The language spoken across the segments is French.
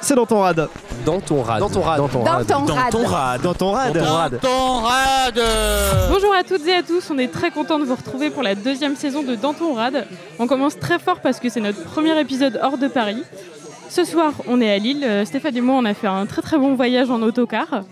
C'est dans ton rad. Dans ton rad. Dans ton rad. Dans ton Dans rad. ton Dans rad. ton rad. Dans ton rad. Dans ton rad. ton rad. Bonjour à toutes et à tous, on est très content de vous retrouver pour la deuxième saison de Danton Rad. On commence très fort parce que c'est notre premier épisode hors de Paris. Ce soir, on est à Lille. Euh, Stéphane et moi, on a fait un très très bon voyage en autocar.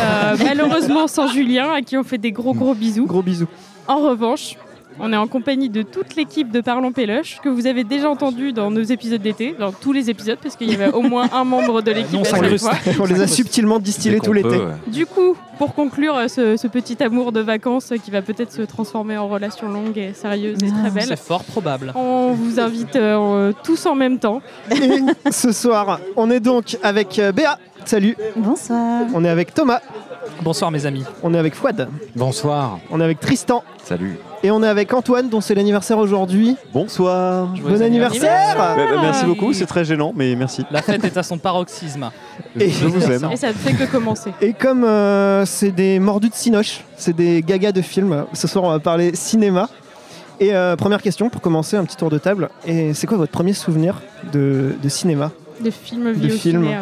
Euh, malheureusement sans Julien, à qui on fait des gros gros bisous. Gros bisous. En revanche, on est en compagnie de toute l'équipe de Parlons Péloche, que vous avez déjà entendu dans nos épisodes d'été, dans tous les épisodes, parce qu'il y avait au moins un membre de l'équipe Euh, Non, à ça chaque reste. fois. On les a subtilement distillés tout l'été. Du coup, pour conclure euh, ce, ce petit amour de vacances euh, qui va peut-être se transformer en relation longue et sérieuse et très belle, C'est fort probable. on vous invite euh, euh, tous en même temps. Et ce soir, on est donc avec euh, Béa. Salut. Bonsoir. On est avec Thomas. Bonsoir mes amis. On est avec Fouad. Bonsoir. On est avec Tristan. Salut. Et on est avec Antoine, dont c'est l'anniversaire aujourd'hui. Bonsoir. Joyeux Bon anniversaire Ouais, bah, merci beaucoup, c'est très gênant, mais merci. La fête est à son paroxysme. Et- Je vous aime. Ah. Et ça ne fait que commencer. Et comme euh, c'est des mordus de cinoche, c'est des gagas de films, ce soir on va parler cinéma. Et euh, première question pour commencer, un petit tour de table. Et c'est quoi votre premier souvenir de, de cinéma Des films Des vieux films. ciné, euh.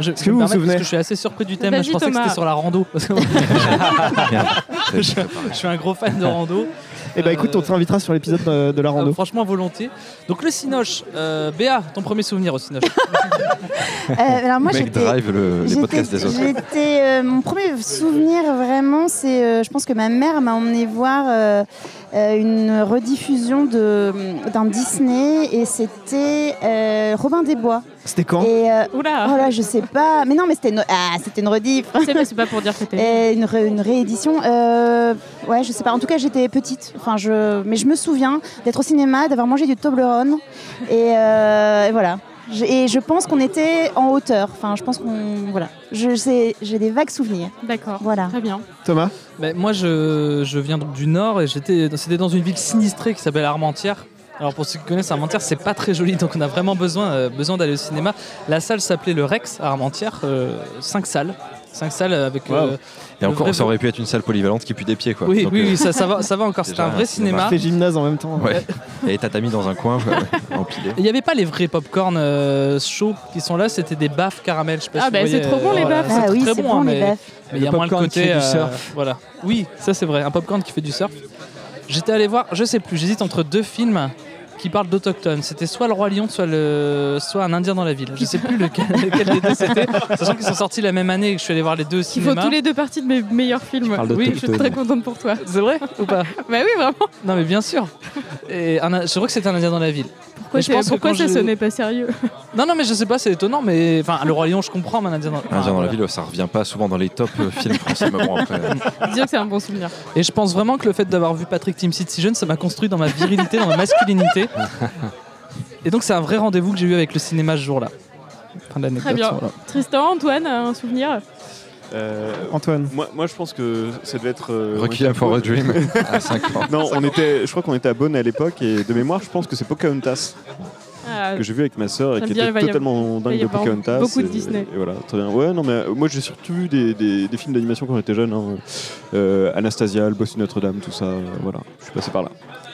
Je, Est-ce je que vous me vous permets, souvenez parce que je suis assez surpris du thème. Vas-y, Je pensais que Thomas. c'était sur la rando. je suis un gros fan de rando. Eh bah Euh, écoute, on t'invitera sur l'épisode euh, de la Euh, rando. franchement, volonté. Donc le Cinoche, euh, Béa, ton premier souvenir au Cinoche. Euh, alors moi Mec j'étais drive le- les J'étais- podcasts des autres. j'étais, euh, mon premier souvenir vraiment, c'est, euh, je pense que ma mère m'a emmené voir euh, euh, une rediffusion de d'un Disney et c'était euh, Robin des Bois. C'était quand Et euh, oh Ah. Oula là, je sais pas, mais non, mais c'était une, ah, c'était une rediff, C'est pas, c'est pas pour dire que t'es. Et une, ré- une réédition. euh, ouais, je sais pas. En tout cas, j'étais petite. Enfin, je, mais je me souviens d'être au cinéma, d'avoir mangé du Toblerone et, euh, et voilà. Je- Et je pense qu'on était en hauteur. Enfin, je pense qu'on voilà. Je sais, j'ai des vagues souvenirs. D'accord. Voilà. Très bien. Thomas Ben, moi, je, je viens du Nord et j'étais, c'était dans une ville sinistrée qui s'appelle Armentières. Alors pour ceux qui connaissent Armentières, c'est pas très joli, donc on a vraiment besoin, euh, besoin d'aller au cinéma. La salle s'appelait le Rex à Armentières, euh, cinq salles. Cinq salles avec. Wow. euh, Et encore, vrai ça aurait pu être une salle polyvalente qui pue des pieds, quoi. oui, Donc, oui, euh, oui, ça, ça va, ça va encore. C'était Déjà, un vrai un cinéma. cinéma. Fait gymnase en même temps. Ouais. Et tatami dans un coin, quoi, empilé. Il n'y avait pas les vrais popcorn euh, chauds qui sont là, c'était des baffes caramel. Je sais pas Ah si bah, vous c'est voyez, euh, trop bon, les baffes. c'est Ah oui, très c'est bon, bon, hein, les mais- baffes. Mais il y a Le moins le popcorn qui côté. fait du euh, surf. Voilà. Oui, ça c'est vrai, un popcorn qui fait du surf. J'étais allé voir, je sais plus, j'hésite entre deux films qui parlent d'autochtones. C'était soit le Roi Lion, soit, le, soit un Indien dans la ville. Je sais plus lequel, lequel des deux c'était. Sachant qu'ils sont sortis la même année et que je suis allé voir les deux au Il faut cinéma. tous les deux parties de mes meilleurs films. parles de Oui, Top je suis Gun. très contente pour toi. C'est vrai ou pas Bah oui, vraiment. Non mais bien sûr. Et un- je crois que c'était un Indien dans la ville. Pourquoi, Mais je pense c'est- que pourquoi quand ça je- ce n'est pas sérieux Non non mais je sais pas, c'est étonnant. Mais enfin le Roi Lion, je comprends, mais un Indien dans, Un enfin, Indien Ah, dans la voilà. ville, ça revient pas souvent dans les top euh, films français, mais bon, après. euh, Dire que c'est un bon souvenir. Et je pense vraiment que le fait d'avoir vu Patrick Timsit si jeune, ça m'a construit dans ma virilité, dans ma masculinité. Et donc c'est un vrai rendez-vous que j'ai eu avec le cinéma ce jour-là. Fin de l'anecdote. Très bien. voilà. Tristan, Antoine, un souvenir Euh, Antoine. moi, moi, je pense que ça devait être. euh, on Requiem était- for a Dream à 5 ans. Non, on était, je crois qu'on était à Bonn à l'époque et de mémoire, je pense que c'est Pocahontas Ah, que j'ai vu avec ma sœur et J'aime qui bien, il était va y avoir- totalement va dingue y de avoir Pocahontas. beaucoup de et- Disney. Et voilà, très bien. Ouais, non, mais euh, moi j'ai surtout vu des, des- des films d'animation quand j'étais jeune. hein. Euh, Anastasia, le boss de Notre-Dame, tout ça. euh, voilà, je suis passé par là.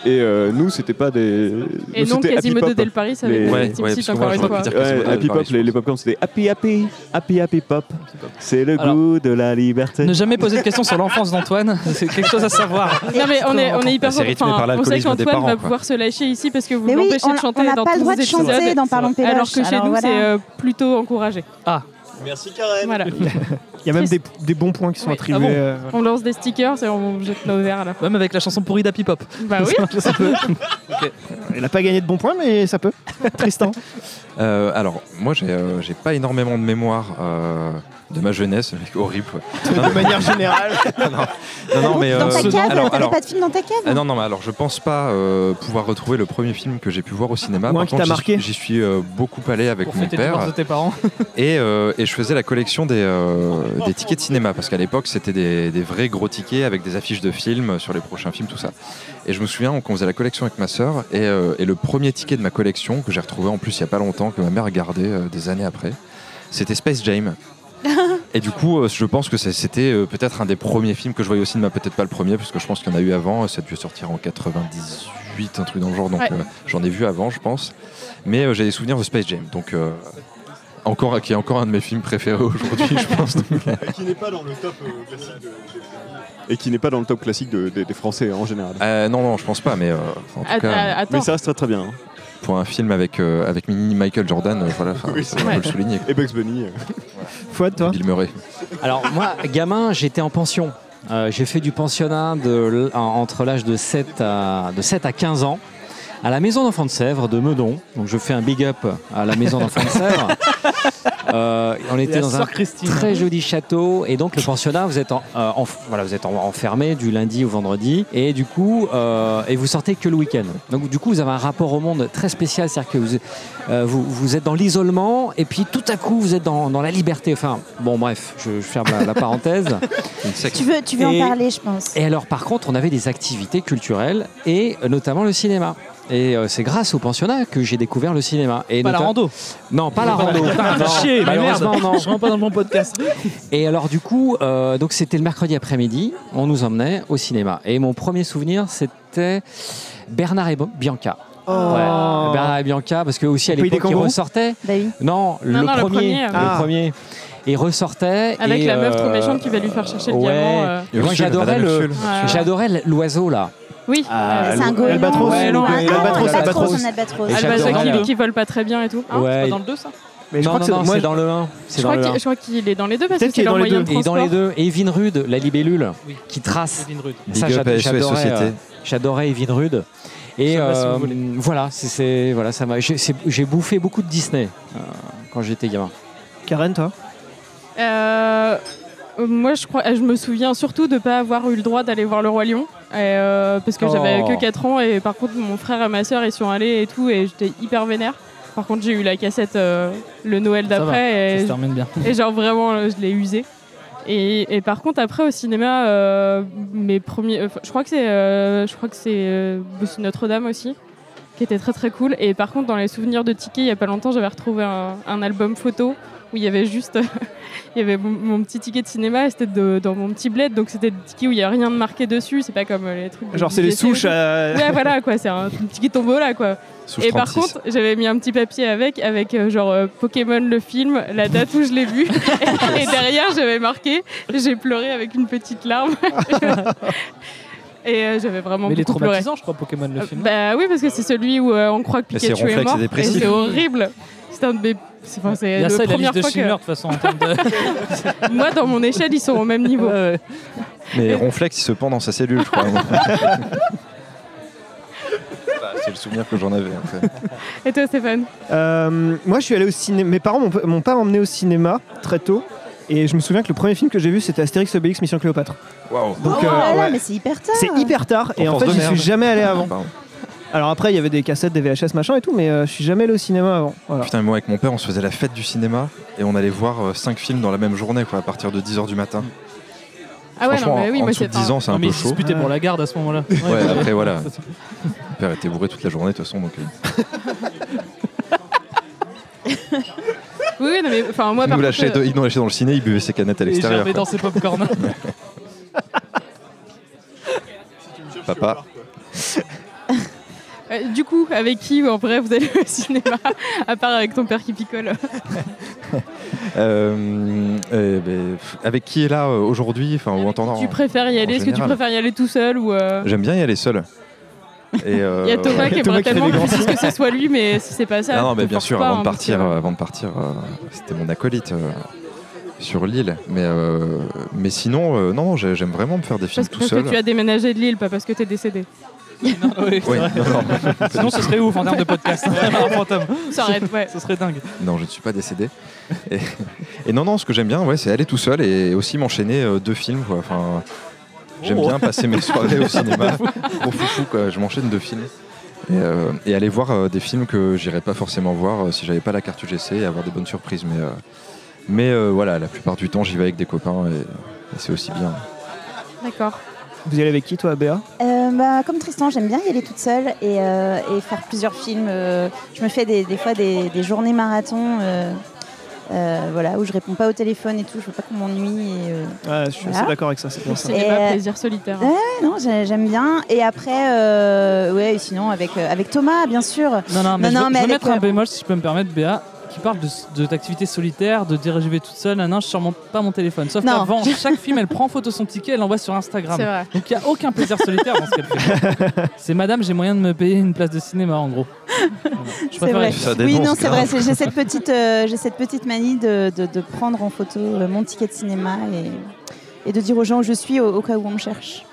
Et euh, nous, c'était pas des. Et nous, non, c'était Happy Quasimodo Pop. Del Paris Les- avec ouais, Ouais, ouais, Tipsy parce que encore moi, une j'aurais fois. pu dire- Ouais, Quasimodo Happy Del Paris, Pop, les, les popcorns c'était Happy Happy, Happy Happy Pop. C'est le Alors- goût de la liberté. Ne jamais poser de questions sur l'enfance d'Antoine, c'est quelque chose à savoir. Non mais on est, on est hyper C'est rythmé par on sait l'alcoolisme des qu'Antoine parents, va quoi. pouvoir se lâcher ici parce que vous Mais oui, l'empêchez on de a- chanter on n'a dans pas tous le droit les de chanter épisodes. dans Parlons Péloche, Alors que chez alors nous, voilà. c'est euh, plutôt encouragé. Ah. Merci Karen. Voilà. Il y a même des, des bons points qui sont Oui. attribués. Ah bon euh, On lance des stickers et on jette nos verres là. Même avec la chanson pourrie d'Happy Pop. Bah oui. Ça peut. il a pas gagné de bons points, mais ça peut. Tristan. Euh, alors, moi, j'ai euh, j'ai pas énormément de mémoire euh, de ma jeunesse, mec, horrible. ouais. de manière générale. Non, non, mais. dans ta euh, cave, alors, t'avais alors, pas de film dans ta cave Ah non, non, mais alors je pense pas euh, pouvoir retrouver le premier film que j'ai pu voir au cinéma. Ou un Par qui t'a contre, j'y marqué. suis- j'y suis euh, beaucoup allé avec Pour mon fêter les père divorce de tes parents. et, euh, et je faisais la collection des, euh, des tickets de cinéma parce qu'à l'époque c'était des, des vrais gros tickets avec des affiches de films sur les prochains films, tout ça. Et je me souviens on- qu'on faisait la collection avec ma sœur et, euh, et le premier ticket de ma collection que j'ai retrouvé en plus il y a pas longtemps que ma mère a gardé euh, des années après, c'était Space Jam. Et du coup, euh, je pense que c'est- c'était euh, peut-être un des premiers films que je voyais au cinéma, peut-être pas le premier, parce que je pense qu'il y en a eu avant, ça a dû sortir en 98, un truc dans le genre, donc Ouais. euh, j'en ai vu avant, je pense. Mais euh, j'ai des souvenirs de Space Jam, donc euh, Encore, qui est encore un de mes films préférés aujourd'hui, je pense. donc. Et qui n'est pas dans le top classique Et qui n'est pas dans le top classique de- des- des Français en général. Euh, non, non, je pense pas, mais euh, en tout Att- cas, euh, attends, Mais ça reste très très bien. hein. pour un film avec, euh, avec Mini Michael Jordan, euh, voilà, enfin, Oui, ça, c'est on peut vrai. le souligner. quoi. Et Bugs Bunny. euh, Fouad, toi Bill Murray. Alors moi, gamin, j'étais en pension. Euh, j'ai fait du pensionnat de l- en- entre l'âge de 7, à, de 7 à 15 ans à la maison d'enfants de Sèvres de Meudon. Donc je fais un big up à la maison d'enfants de Sèvres. Euh, on était la dans un sœur Christine. très joli château et donc le pensionnat vous êtes en, euh, en- voilà vous êtes en- enfermé du lundi au vendredi et du coup euh, et vous sortez que le week-end donc du coup vous avez un rapport au monde très spécial c'est-à-dire que vous, euh, vous vous êtes dans l'isolement et puis tout à coup vous êtes dans, dans la liberté enfin bon bref je, je ferme la, la parenthèse Une secte. Tu veux, tu veux en Et- parler, je pense. et alors par contre on avait des activités culturelles et euh, notamment le cinéma et euh, c'est grâce au pensionnat que j'ai découvert le cinéma et Pas la nota- rando. non pas la rando Putain, Non, chier, mais merde. malheureusement non Ah, Je rentre pas dans mon podcast. et alors du coup, euh, donc c'était le mercredi après-midi, on nous emmenait au cinéma. Et mon premier souvenir, c'était Bernard et Bo- Bianca. Oh. Ouais, Bernard et Bianca, parce que aussi à Pays des l'époque ils kangourous ressortaient. Bah oui. Non, le, non, le premier, premier, le ah. premier. Ils ressortaient avec et, la meuf trop euh, méchante qui va lui faire chercher le ouais. diamant. euh, Et Moi, Ursule, j'adorais Madame le- Ursule. ouais. J'adorais l'oiseau là. Oui, Ah, euh, C'est un go- goéland. l'albatros, Ouais, le non, go- ah non, l'albatros, l'albatros. un albatros. Oh Et Albatros j'adorais, qui- là. qui, vole pas très bien et tout. Hein, Ouais. C'est pas dans le 2 ça Mais je non, crois non, que non, c'est- c'est moi, dans le 1. Je C'est dans crois le 1. qu'il- je crois qu'il est dans les deux parce que Peut-être qu'il c'est est leur dans les moyen de Et dans transport. les deux, Evin Rude, la libellule, qui trace. Big Ça, up à j'ad- SOS j'adorais, Société. euh, J'adorais Evin Rude. Et Je sais pas si vous euh, voulez. voilà, c'est- c'est voilà, ça m'a. j'ai- c'est- J'ai bouffé beaucoup de Disney euh, quand j'étais gamin. Karen, toi Euh, moi, je crois, je me souviens surtout de pas avoir eu le droit d'aller voir le roi lion, et, euh, parce que j'avais Oh. que 4 ans et par contre mon frère et ma sœur ils sont allés et tout et j'étais hyper vénère. Par contre, j'ai eu la cassette euh, le Noël Ça va, Ça d'après se et, termine bien. et genre vraiment euh, je l'ai usé. Et, et par contre après au cinéma euh, mes premiers, enfin, je crois que c'est, euh, je crois que c'est euh, Bossu Notre-Dame aussi qui était très très cool. Et par contre dans les souvenirs de Tiki il y a pas longtemps j'avais retrouvé un, un album photo où il y avait juste, il y avait mon, mon petit ticket de cinéma et c'était de- dans mon petit bled donc c'était des tickets où il y a rien de marqué dessus. C'est pas comme euh, les trucs. de Genre, c'est les JVC et souches tout. à. Ouais voilà quoi c'est un ticket tombeau là quoi. Souche Et par 36. contre, j'avais mis un petit papier avec, avec euh, genre euh, Pokémon le film, la date où je l'ai vu. et derrière, j'avais marqué, j'ai pleuré avec une petite larme. et euh, j'avais vraiment Mais il est beaucoup pleuré. traumatisant, je crois, Pokémon le Euh, film. bah oui, parce que c'est celui où euh, on croit que Mais c'est Pikachu est, ronflé, mort. c'est et dépressif. c'est horrible. C'est un de mes. C'est enfin, c'est il y a la ça et la première liste fois de Schindler, de toute façon, en termes de. que. Moi, dans mon échelle, ils sont au même niveau. Mais Ronflex, il se pend dans sa cellule, je crois. Bah, C'est le souvenir que j'en avais. en fait. Et toi, Stéphane Euh, moi, je suis allé au cinéma. Mes parents m'ont- m'ont pas emmené au cinéma très tôt. Et je me souviens que le premier film que j'ai vu, c'était Astérix Obélix Mission Cléopâtre. Waouh. Donc, oh là euh, là, ouais. mais c'est hyper tard. c'est hyper tard. Et en fait, Enfance de je suis merde. jamais allé avant. Pardon. Alors après, il y avait des cassettes, des VHS, machin et tout, mais euh, je suis jamais allé au cinéma avant. Voilà. Putain, moi avec mon père, on se faisait la fête du cinéma et on allait voir euh, cinq films dans la même journée, quoi, à partir de 10h du matin. Ah ouais, Franchement, non, mais oui, en moi, dessous c'est. de 10 ans, c'est un mais peu ils se chaud. disputaient pour la garde à ce moment-là. Ouais, après, voilà. Mon père était bourré toute la journée, de toute façon, donc euh, Oui, oui, non, mais. Enfin, moi, il par nous contre, lâchait, euh, il nous lâchait dans le ciné, il buvait ses canettes à Et l'extérieur. j'avais dans ses popcorn. quoi. Papa, Euh, du coup, avec qui en vrai vous allez au cinéma À part avec ton père qui picole. euh, eh ben, pff, avec qui est là euh, aujourd'hui, enfin, ou en temps tu préfères y en aller Est-ce que tu général. préfères y aller tout seul ou euh, J'aime bien y aller seul. Et, euh, Il y a Thomas qui Thomas aimerait qui fait tellement des que grands tu dises que ce soit lui, mais si c'est pas ça. Non, non, mais te bien force sûr, pas, avant hein, de parce que- partir, euh, avant de partir, euh, c'était mon acolyte euh, sur l'île. Mais, euh, mais sinon, euh, non, j'ai- j'aime vraiment me faire des films Parce, que, tout parce seul. que tu as déménagé de Lille, pas parce que t'es décédé. Oui, c'est Oui, vrai. non, non, Sinon, ce serait ouf en termes de podcast. Un fantôme. Ça arrête, ouais. Ce serait dingue. non, je ne suis pas décédé. Et, et non, non, ce que j'aime bien, ouais, c'est aller tout seul et aussi m'enchaîner euh, deux films. quoi. Enfin, j'aime Oh. bien passer mes soirées au cinéma. Au foufou, quoi. Je m'enchaîne deux films. Et, euh, et aller voir euh, des films que j'irais pas forcément voir euh, si j'avais pas la carte UGC et avoir des bonnes surprises. Mais, euh, mais euh, voilà, la plupart du temps, j'y vais avec des copains et, et c'est aussi bien. D'accord. Vous y allez avec qui, toi, Béa Euh, bah, comme Tristan, j'aime bien y aller toute seule et, euh, et faire plusieurs films. euh, je me fais des, des fois des, des journées marathon euh, euh, voilà, où je réponds pas au téléphone et tout. Je veux pas qu'on m'ennuie. et, euh, Ouais, Ah, Je suis Voilà. assez d'accord avec ça, c'est bien ça. Cinéma, Et- plaisir solitaire. Ouais. ouais, non, j'ai- j'aime bien. Et après, euh, ouais, sinon avec, euh, avec Thomas, bien sûr. Non, non, Non, non, mais je, mais veux- je veux avec, mettre un euh, bémol si je peux me permettre, Béa. qui parle de, de d'activité solitaire, de dire j'y vais toute seule, non, je sors mon- pas mon téléphone. Sauf Non. qu'avant, chaque film, elle prend en photo son ticket, elle l'envoie sur C'est Instagram. vrai. Donc il n'y a aucun plaisir solitaire dans ce qu'elle fait. C'est madame, j'ai moyen de me payer une place de cinéma en gros. Je C'est vrai. préfère- Ça oui, dénonce, non, c'est vrai. grave. c'est- J'ai cette petite, euh, j'ai cette petite manie de, de- de prendre en photo euh, mon ticket de cinéma et, et de dire aux gens où je suis au, au cas où on me cherche.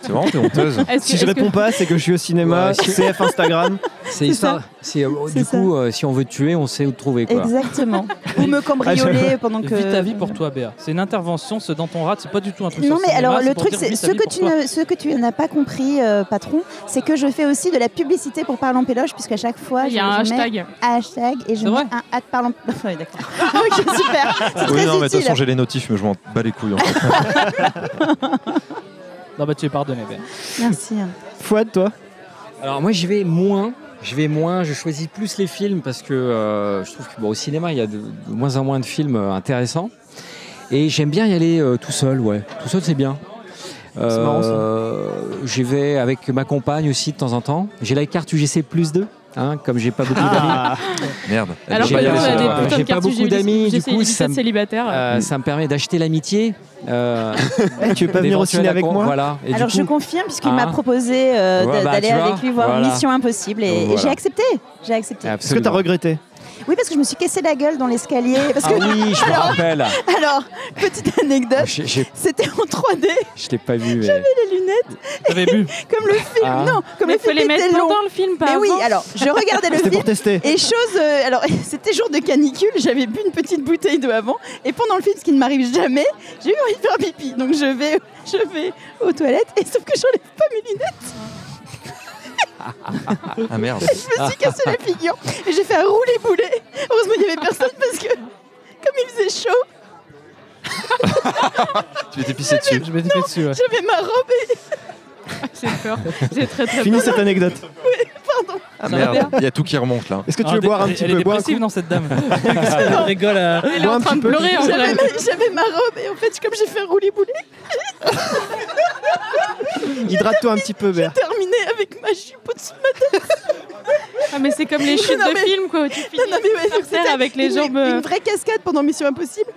C'est vraiment t'es honteuse. Est-ce Si je est-ce réponds pas, c'est que je suis au cinéma, Ouais, si- CF Instagram. C'est histoire. c'est, euh, C'est du ça. coup, euh, si on veut te tuer, on sait où te trouver. Quoi. Exactement. ou me Ah, cambrioler pendant que. Vis ta vie pour toi, Béa. C'est une intervention, ce dans ton rad, c'est pas du tout un truc Non sur mais cinéma, alors le pour truc dire, c'est vis ta ce vie que pour tu toi. ne ce que tu n'as pas compris euh, patron c'est que je fais aussi de la publicité pour Parlons Péloche puisqu'à chaque fois Il y je- a un je mets hashtag. hashtag et je C'est mets vrai un hâte Parlons Ouais, d'accord. Ah, ok super c'est Oui, très non, mais de toute utile façon, j'ai les notifs, mais je m'en bats les couilles. en fait. Non, bah tu es pardonné, Béa. merci Fouad, toi Alors moi j'y vais moins, je vais moins, je choisis plus les films parce que euh, je trouve que bon, au cinéma il y a de, de moins en moins de films euh, intéressants et j'aime bien y aller euh, tout seul, ouais, tout seul c'est bien. C'est marrant, ça. Euh, J'y vais avec ma compagne aussi de temps en temps. J'ai la carte UGC plus 2, hein, comme j'ai pas beaucoup Ah. d'amis. Merde. Elle Alors veut J'ai que pas bah, y nous, pas- aller, on celle-là. a des ouais. putains de J'ai pas cartouches beaucoup d'amis, UGC, du coup, UGC ça me- célibataire. Euh, ça me permet d'acheter l'amitié. euh, Eh, Tu veux pas venir au d'éventuels ciné avec accom- moi Voilà. Et du alors je coup, confirme puisqu'il m'a Ah. proposé euh, Ouais, d'a- bah, d'aller tu vois, avec lui voir voilà. Mission Impossible et, et Voilà. Ah. j'ai accepté j'ai accepté Est-ce que t'as absolument. regretté oui parce que je me suis cassé la gueule dans l'escalier parce Ah que oui, je me rappelle. euh, alors petite anecdote Je, je, c'était en 3D je l'ai pas vu. mais- les lunettes J'avais bu. comme le film Ah. non comme Mais le faut film les était mettre long pendant le film, pas mais oui avant. alors je regardais le C'était film pour tester. Et chose, euh, alors c'était jour de canicule, j'avais bu une petite bouteille d'eau avant, et pendant le film, ce qui ne m'arrive jamais, j'ai eu envie de faire pipi. Donc je vais, je vais aux toilettes, et sauf que j'enlève pas mes lunettes, Ah merde. je me suis cassé la figure, et j'ai fait un roulé boulet. Heureusement, il n'y avait personne parce que, comme il faisait chaud, Tu t'es pissé dessus. Je m'étais fait dessus, ouais. j'avais ma robe et C'est fort. C'est très très Finis fort. cette anecdote. Ah merde. Il y a tout qui remonte là. Est-ce que tu Alors, veux boire un elle- petit elle est peu Bois un dépressive, coup. non, cette dame Elle rigole. euh, Elle est Bois en un train petit peu. de pleurer en vrai. j'avais ma, j'avais ma robe, et en fait, comme j'ai fait un roulé boulet, Hydrate-toi un petit peu, Bert. terminé avec ma jupe au-dessus de ma Ah, mais c'est comme les chutes Non, de mais- films quoi. où Tu finis Non, non, mais ouais, par c'était terre avec les une- jambes. Une euh, vraie cascade pendant Mission Impossible.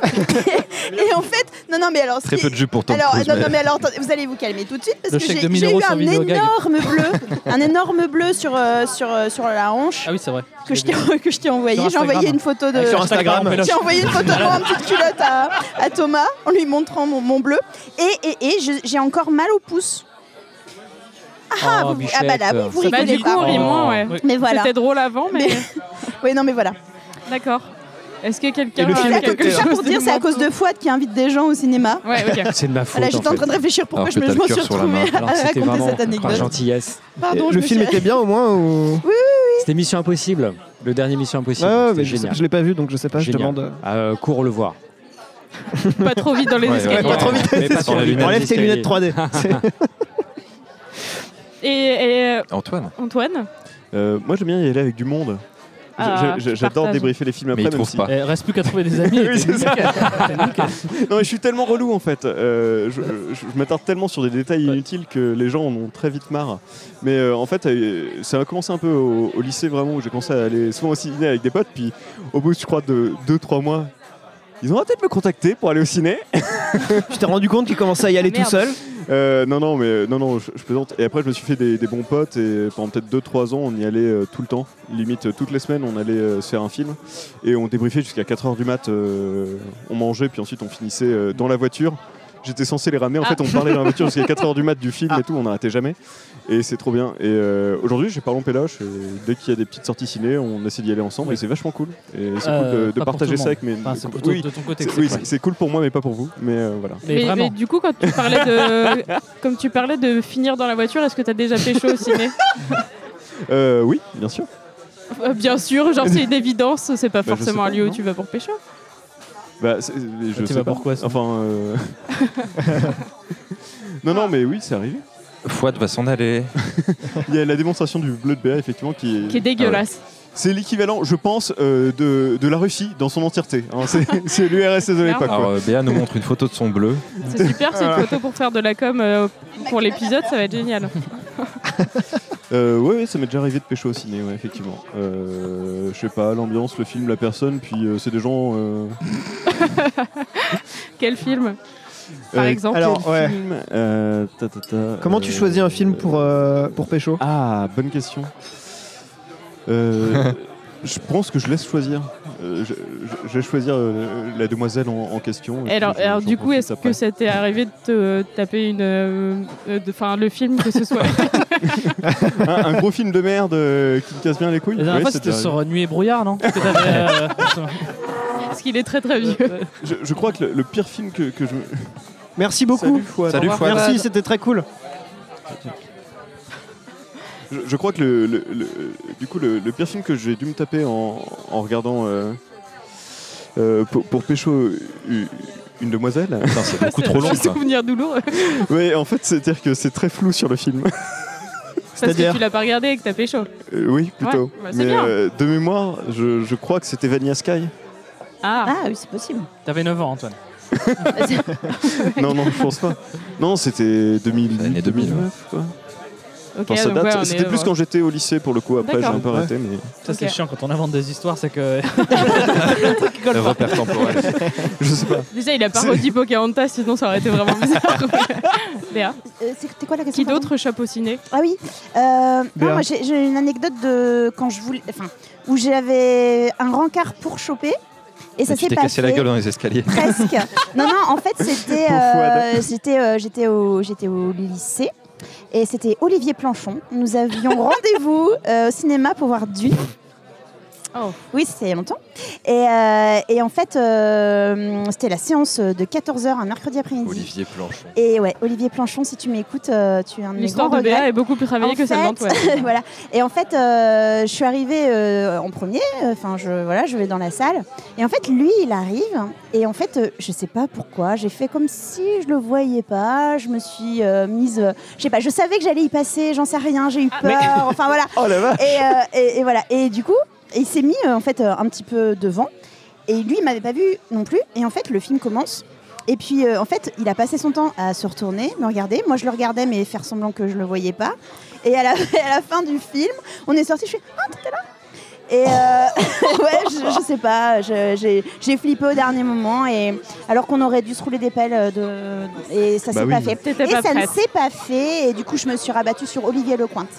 et, et en fait, non, non, mais alors. ce Très qui- peu de jus pour Tom Alors, Cruise, non, mais- non, mais alors, attendez, vous allez vous calmer tout de suite parce Le que chèque j'ai de 1000 j'ai eu euros sur un Vidéogag. énorme bleu, un énorme bleu sur, euh, sur, euh, sur la hanche Ah oui, c'est vrai. que je t'ai- que je t'ai envoyé. Sur J'ai envoyé Instagram. une photo de. Ah, Sur Instagram. Instagram, J'ai envoyé une photo de moi en petite culotte à, à Thomas en lui montrant mon, mon bleu. Et, et, et je- j'ai encore mal au pouce. Ah, Oh, vous- ah bah Bichette. là, oui, vous Bah, rigolez du coup, pas. on rit moins, ouais. Oui. Mais voilà. C'était drôle avant, mais Oui, non, mais voilà. d'accord. Est-ce que quelqu'un Et le a film C'est à cause- quelque tout ça chose pour dire, c'est à cause de Fouad qui invite des gens au cinéma. Ouais, ok. C'est de ma faute. Voilà, j'étais en fait. train de réfléchir pourquoi Alors je que me t'as je le m'en cœur suis sur la retrouvée à, à Alors, c'était raconter vraiment cette par anecdote. gentillesse. Pardon, Ah je Le me film suis- était bien au moins ou... C'était Mission Impossible, le dernier Mission Ouais, Impossible. ouais, mais C'était je, sais- génial. je l'ai pas vu donc je sais pas, je Génial. demande. euh, Euh, cours le voir. Pas trop vite dans les Ouais, escaliers. ouais, ouais. Pas trop vite. Mais pas sur Sans la les lunette. lunettes Enlève tes lunettes 3D. C'est- Et, et, euh, Antoine. Antoine Euh, moi, j'aime bien y aller avec du monde. Je- Ah, je- tu J'adore partages. débriefer les films après. Mais il même trouve si- pas. Eh, reste plus qu'à trouver des amis. et Oui, t'es c'est ça. nickel. Non, mais je suis tellement relou en fait. Euh, je je- je m'attarde tellement sur des détails Ouais. inutiles que les gens en ont très vite marre. Mais euh, en fait, euh, ça a commencé un peu au, au lycée vraiment où j'ai commencé à aller souvent au ciné avec des potes. Puis au bout, je crois, de 2-3 mois, ils ont arrêté de me contacter pour aller au ciné. tu t'es rendu compte qu'il commençait à y aller Merde. tout seul Euh, non, non, mais euh, non, non, je, je plaisante. Et après, je me suis fait des, des bons potes et pendant peut-être 2-3 ans, on y allait euh, tout le temps. Limite, euh, toutes les semaines, on allait euh, se faire un film et on débriefait jusqu'à 4h du mat. euh, on mangeait, puis ensuite, on finissait euh, dans la voiture. J'étais censé les ramener. En Ah. fait, on parlait dans la voiture jusqu'à 4h du mat du film Ah. et tout. On n'arrêtait jamais. Et c'est trop bien. Et euh, aujourd'hui, j'ai Parlons Péloche. Et dès qu'il y a des petites sorties ciné, on essaie d'y aller ensemble Oui. et c'est vachement cool. Et c'est Euh, cool de- de, pas pour tout partager le ça monde. avec mes. Enfin, c'est plutôt oui, de ton côté. que c'est- c'est oui, cool. c'est cool pour moi, mais pas pour vous. Mais euh, voilà. Mais, mais, vraiment. mais du coup, quand tu parlais de, comme tu parlais de finir dans la voiture, est-ce que t'as déjà pécho au ciné Euh, oui, bien sûr. Euh, Bien sûr, genre c'est une évidence, c'est pas Bah, je forcément sais un lieu pas, où non. tu vas pour pécho. Bah, c'est- Ah, je tu sais vas pas pourquoi, sinon Enfin. euh, non, non, mais oui, c'est arrivé. Fouad va s'en aller. Il y a la démonstration du bleu de BA, effectivement, qui Qui est est. dégueulasse. C'est l'équivalent, je pense, euh, de, de la Russie dans son entièreté. hein. C'est- c'est l'URSS de l'époque. Alors, quoi. euh, Béa nous montre une photo de son bleu. C'est super cette Voilà. photo pour faire de la com euh, pour l'épisode, ça va être génial. Euh, ouais, ouais, ça m'est déjà arrivé de pécho au ciné, ouais, effectivement. Euh, je sais pas, l'ambiance, le film, la personne, puis euh, c'est des gens. euh, Quel film Par euh, exemple alors, quel ouais. film Euh, ta, ta, ta, Comment tu choisis un film pour, euh, pour Pécho Ah, bonne question. Euh, je pense que je laisse choisir. Euh, je, je- je vais choisir euh, la demoiselle en, en question. Et alors, puis je- alors, j'en du coup, profite est-ce après. que ça t'est arrivé de te euh, taper une, euh, euh, de- enfin le film que ce soit un, un gros film de merde euh, qui me casse bien les couilles La dernière Ouais, fois, ça c'était t'est sur euh, Nuit et Brouillard, non Que t'avais, euh, parce qu'il est très très vieux. Je, je crois que le, le pire film que, que je. Merci beaucoup. Salut, Fouad. Salut, Fouad. Merci, c'était très cool. Je, je crois que le, le- le- du coup le, le pire film que j'ai dû me taper en, en regardant euh, euh, pour, pour pécho u- une demoiselle. Putain, c'est beaucoup trop long. Un quoi. souvenir douloureux. oui, en fait, c'est-à-dire que c'est très flou sur le film. Parce C'est-à-dire que tu l'as pas regardé et que t'as pécho. Euh, oui, plutôt. Ouais, bah, c'est Mais bien. euh, de mémoire, je, je crois que c'était Vanilla Sky. Ah, Ah oui, c'est possible. T'avais 9 ans, Antoine. non, non, je pense pas. Non, c'était 2000. L'année 2000, 2009, quoi. ok. Enfin, ça donc, date. ouais, on est- c'était plus ouais. quand j'étais au lycée pour le coup. Après, j'ai D'accord. un peu Ouais. raté, mais. Ça, c'est Ok. chiant quand on invente des histoires, c'est que. Le repère temporel. Je sais pas. Déjà, il a parodié Pocahontas, sinon ça aurait été vraiment bizarre. Léa, Euh, C'était quoi la question qui pardon d'autre chapeau ciné Ah oui. Euh, Béa. non, moi, j'ai j'ai une anecdote de quand je voulais, enfin, où j'avais un rencard pour choper et ça tu s'est t'es passé. cassé la gueule dans les escaliers. Presque. Non, non, en fait, c'était. euh, c'était, euh, J'étais au, j'étais au lycée. Et c'était Olivier Planchon. Nous avions rendez-vous euh, au cinéma pour voir Dune. Oh. Oui, c'était il y a longtemps. Et, euh, et en fait, euh, c'était la séance de 14h un mercredi après-midi. Olivier Planchon. Et ouais, Olivier Planchon, si tu m'écoutes, euh, tu es un de mes grands L'histoire de regrets. Béa est beaucoup plus travaillée En que celle fait, d'Antoine. voilà. Et en fait, euh, je suis arrivée euh, en premier. Enfin, je voilà, je vais dans la salle. Et en fait, lui, il arrive. Et en fait, euh, je sais pas pourquoi. J'ai fait comme si je le voyais pas. Je me suis euh, mise. euh, je sais pas. Je savais que j'allais y passer. J'en sais rien. J'ai eu Ah, peur. Enfin voilà. Oh la vache Et, euh, et- et voilà. Et du coup, il s'est mis euh, en fait euh, un petit peu devant. Et lui, il m'avait pas vu non plus. Et en fait, le film commence. Et puis, euh, en fait, il a passé son temps à se retourner, me regarder. Moi, je le regardais, mais faire semblant que je le voyais pas. Et à la, à la fin du film, on est sorti. Je fais Ah, t'étais là Et euh, ouais, je, je sais pas. je- J'ai j'ai flippé au dernier moment. Et alors qu'on aurait dû se rouler des pelles, euh, de, et ça Bah s'est oui. pas fait. T'étais Et pas ça ne prête. s'est pas fait. Et du coup, je me suis rabattue sur Olivier Lecointe.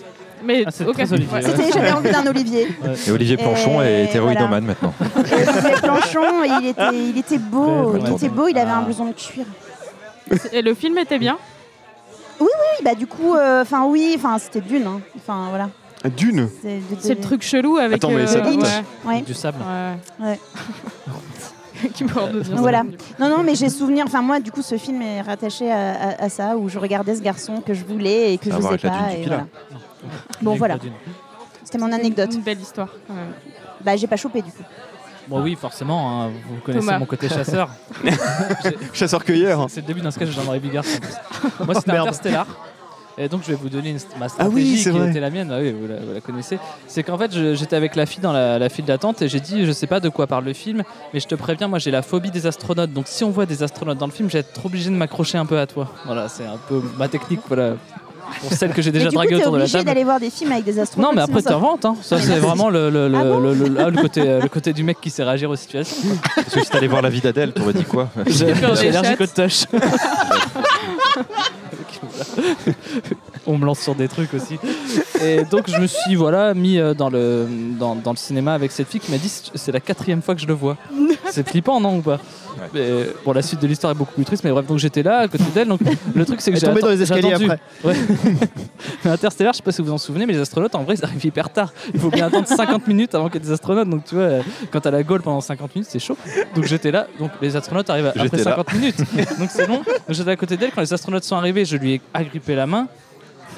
Mais Ah, c'est ok. très Olivier. Ouais. Ouais. C'était- J'avais envie d'un Olivier. euh, Et Olivier Planchon Et est hétéroïdomane maintenant. Et Olivier Planchon, il était, il était beau, Ouais, il ouais. était beau, il avait un Ah. blouson de cuir. Et le film était bien. Oui, bah du coup, enfin oui, enfin c'était d'une, hein. enfin voilà. Dune. C'est de- de- C'est le truc chelou avec. Attends, mais euh, ça date. ouais. Ouais. Du sable. Ouais. Ouais. qui meurt de bien. Voilà. Non, non, mais j'ai souvenir. Enfin moi, du coup, ce film est rattaché à, à- à ça où je regardais ce garçon que je voulais et que Ça a à je voir n'osais avec la dune pas. du et Pilat. voilà. Bon, Avec voilà. la dune. C'était mon anecdote. Une belle histoire quand même. Bah j'ai pas chopé du coup. Bon, oui, forcément, hein, vous connaissez Thomas. mon côté chasseur. Chasseur-cueilleur. C'est le début d'un sketch de Jean-Marie Bigard. en plus. Moi, c'était merde. Interstellar. Et donc, je vais vous donner une st- ma Ah stratégie oui, c'est qui vrai. était la mienne. Ah oui, vous la, vous la connaissez. C'est qu'en fait, je- j'étais avec la fille dans la, la file d'attente et j'ai dit Je sais pas de quoi parle le film, mais je te préviens, moi, j'ai la phobie des astronautes. Donc, si on voit des astronautes dans le film, je vais être obligé de m'accrocher un peu à toi. Voilà, c'est un peu ma technique. Voilà. Pour celle que j'ai Mais déjà du coup, draguée t'es autour de la obligé table. d'aller voir des films avec des astronautes. Non, mais après, sinon, tu reventes. Hein. Ça, Mais c'est Ah, non. vraiment le, le, le, Ah bon le- le- ah, le côté, euh, le côté du mec qui sait réagir aux situations. Parce que si t'allais voir la vie d'Adèle, t'aurais dit quoi J'ai peur des allergique chattes. aux touches. On me lance sur des trucs aussi. Et donc je me suis voilà mis euh, dans le dans, dans le cinéma avec cette fille qui m'a dit c'est la quatrième fois que je le vois. C'est flippant non ou pas Mais, Bon la suite de l'histoire est beaucoup plus triste mais bref donc j'étais là à côté d'elle donc le truc c'est que Elle est j'ai tombée atten- dans les j'ai escaliers attendu. après. Ouais. Mais Interstellar, je sais pas si vous vous en souvenez, mais les astronautes, en vrai, ils arrivent hyper tard. Il faut bien attendre 50 minutes avant qu'il y ait des astronautes. Donc, tu vois, euh, quand t'as la gaule pendant 50 minutes, c'est chaud. Donc, j'étais là. Donc, les astronautes arrivent après J'étais là. 50 minutes. Donc, c'est long. Donc, J'étais à côté d'elle. Quand les astronautes sont arrivés, je lui ai agrippé la main.